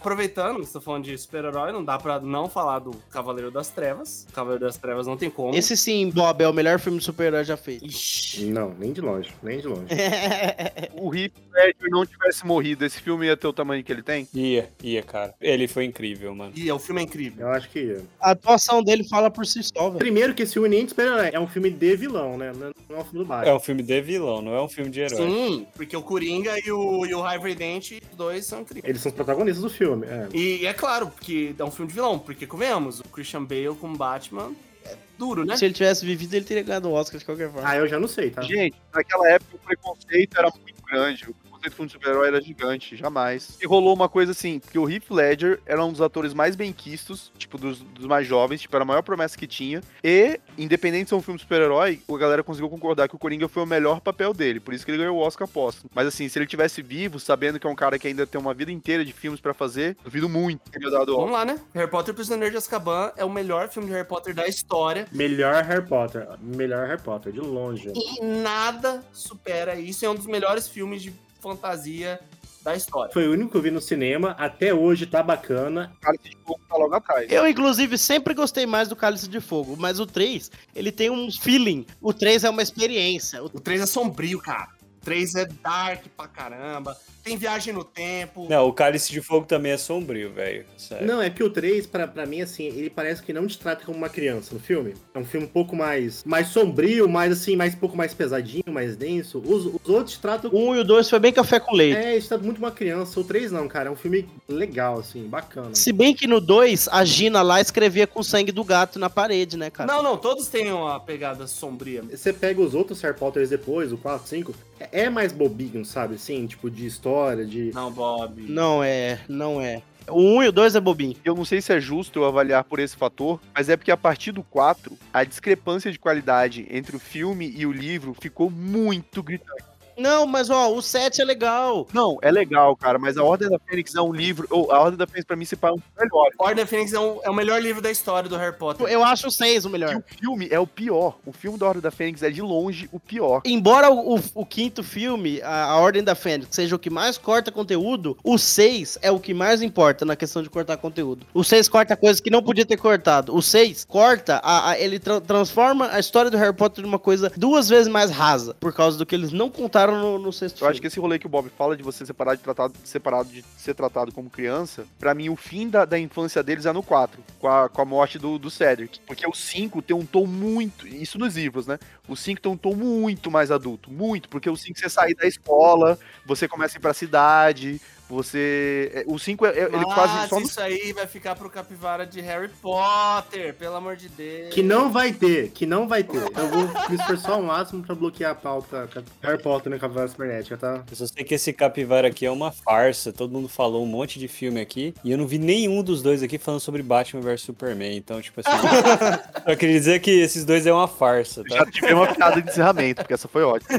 Speaker 1: Aproveitando, estou falando de super-herói, não dá pra não falar do Cavaleiro das Trevas. Cavaleiro das Trevas não tem como.
Speaker 3: Esse sim, Bob, é o melhor filme de super-herói já feito.
Speaker 1: Ixi.
Speaker 2: Não, nem de longe, nem de
Speaker 3: É.
Speaker 2: longe.
Speaker 4: o Heath Ledger não tivesse morrido, esse filme ia ter o tamanho que ele tem?
Speaker 5: Ia, ia, cara. Ele foi incrível, mano.
Speaker 1: E o filme é incrível.
Speaker 2: Eu acho que.
Speaker 3: A atuação dele fala por si só, velho.
Speaker 2: Primeiro que esse filme nem de super-herói. É um filme de vilão, né? Não é um filme do
Speaker 5: É
Speaker 2: Batman.
Speaker 5: um filme de vilão, não é um filme de herói.
Speaker 1: Sim, porque o Coringa e o, e o Harvey Dent, os dois são incríveis.
Speaker 2: Eles são os protagonistas do filme. É.
Speaker 1: E é claro, porque é um filme de vilão, porque convenhamos, o Christian Bale com Batman é duro, né?
Speaker 3: Se ele tivesse vivido, ele teria ganhado o Oscar de qualquer forma.
Speaker 2: Ah, eu já não sei, tá?
Speaker 4: Gente, naquela época o preconceito era muito grande. O preconceito com o super-herói era gigante, jamais. E rolou uma coisa assim, porque o Heath Ledger era um dos atores mais benquistos, tipo, dos, dos mais jovens, tipo, era a maior promessa que tinha. E, independente de ser um filme de super-herói, a galera conseguiu concordar que o Coringa foi o melhor papel dele, por isso que ele ganhou o Oscar póstumo. Mas assim, se ele tivesse vivo, sabendo que é um cara que ainda tem uma vida inteira de filmes pra fazer, duvido muito que teria dado o Oscar.
Speaker 1: Vamos lá, né? Harry Potter e o Prisioneiro de Azkaban é o melhor filme de Harry Potter da história.
Speaker 2: Melhor Harry Potter. Melhor Harry Potter, de longe.
Speaker 1: E nada supera isso. É um dos melhores filmes de fantasia da história.
Speaker 2: Foi o único que eu vi no cinema. Até hoje tá bacana.
Speaker 4: O cara de fogo tá logo atrás.
Speaker 3: Eu, inclusive, sempre gostei mais do Cálice de Fogo, mas o 3, ele tem um feeling. O 3 é uma experiência. O-
Speaker 1: O 3 é sombrio, cara. O 3 é dark pra caramba. Tem viagem no tempo.
Speaker 5: Não, o Cálice de Fogo também é sombrio, velho. Sério.
Speaker 2: Não, é que o 3, pra, pra mim, assim, ele parece que não te trata como uma criança no filme. É um filme um pouco mais, mais sombrio, mais assim, mais um pouco mais pesadinho, mais denso. Os, os outros te tratam.
Speaker 3: Um e o 2 foi bem café com leite.
Speaker 2: É, isso tá muito uma criança. O 3 não, cara. É um filme legal, assim, bacana.
Speaker 3: Se bem que no 2, a Gina lá escrevia com o sangue do gato na parede, né, cara?
Speaker 1: Não, não, todos têm uma pegada sombria.
Speaker 2: Você pega os outros Harry Potters depois, o 4, 5, é é mais bobinho, sabe? Assim, tipo, de história, de.
Speaker 1: Não, Bob.
Speaker 3: Não é, não é. O 1 um e o 2 é bobinho.
Speaker 4: eu não sei se é justo eu avaliar por esse fator, mas é porque a partir do 4, a discrepância de qualidade entre o filme e o livro ficou muito gritante.
Speaker 3: Não, mas ó, o 7 é legal.
Speaker 4: Não, é legal, cara, mas a Ordem da Fênix é um livro, ou a Ordem da Fênix pra mim se pá é um dos melhores.
Speaker 1: Ordem da Fênix é, um- é o melhor livro da história do Harry Potter.
Speaker 3: Eu acho o 6 o
Speaker 4: E
Speaker 3: melhor.
Speaker 4: o filme é o pior. O filme da Ordem da Fênix é de longe o pior.
Speaker 3: Embora o, o- o quinto filme, a, a Ordem da Fênix, seja o que mais corta conteúdo, o 6 é o que mais importa na questão de cortar conteúdo. O 6 corta coisas que não podia ter cortado. O 6 corta, a- a- ele tra- transforma a história do Harry Potter numa coisa duas vezes mais rasa, por causa do que eles não contaram no, no sexto
Speaker 4: Eu
Speaker 3: filme.
Speaker 4: acho que esse rolê que o Bob fala de você separar de tratado, separado de ser tratado como criança, pra mim o fim da, da infância deles é no 4, com a, com a morte do, do Cedric. Porque o 5 tem um tom muito. Isso nos livros, né? O 5 tem um tom muito mais adulto. Muito, porque o 5 você sai da escola, você começa a ir pra cidade, você. é, O 5 é, é- ele
Speaker 1: Mas
Speaker 4: quase só. no-
Speaker 1: isso aí vai ficar pro capivara de Harry Potter, pelo amor de Deus.
Speaker 2: Que não vai ter, que não vai ter. Eu vou me esforçar ao máximo pra bloquear a pauta Harry Potter na Cavaleira Cibernética, tá?
Speaker 5: Eu só sei que esse capivara aqui é uma farsa. Todo mundo falou um monte de filme aqui. E eu não vi nenhum dos dois aqui falando sobre Batman vs Superman. Então, tipo assim. só queria dizer que esses dois é uma farsa, tá?
Speaker 4: Já tive uma piada de encerramento, porque essa foi ótima.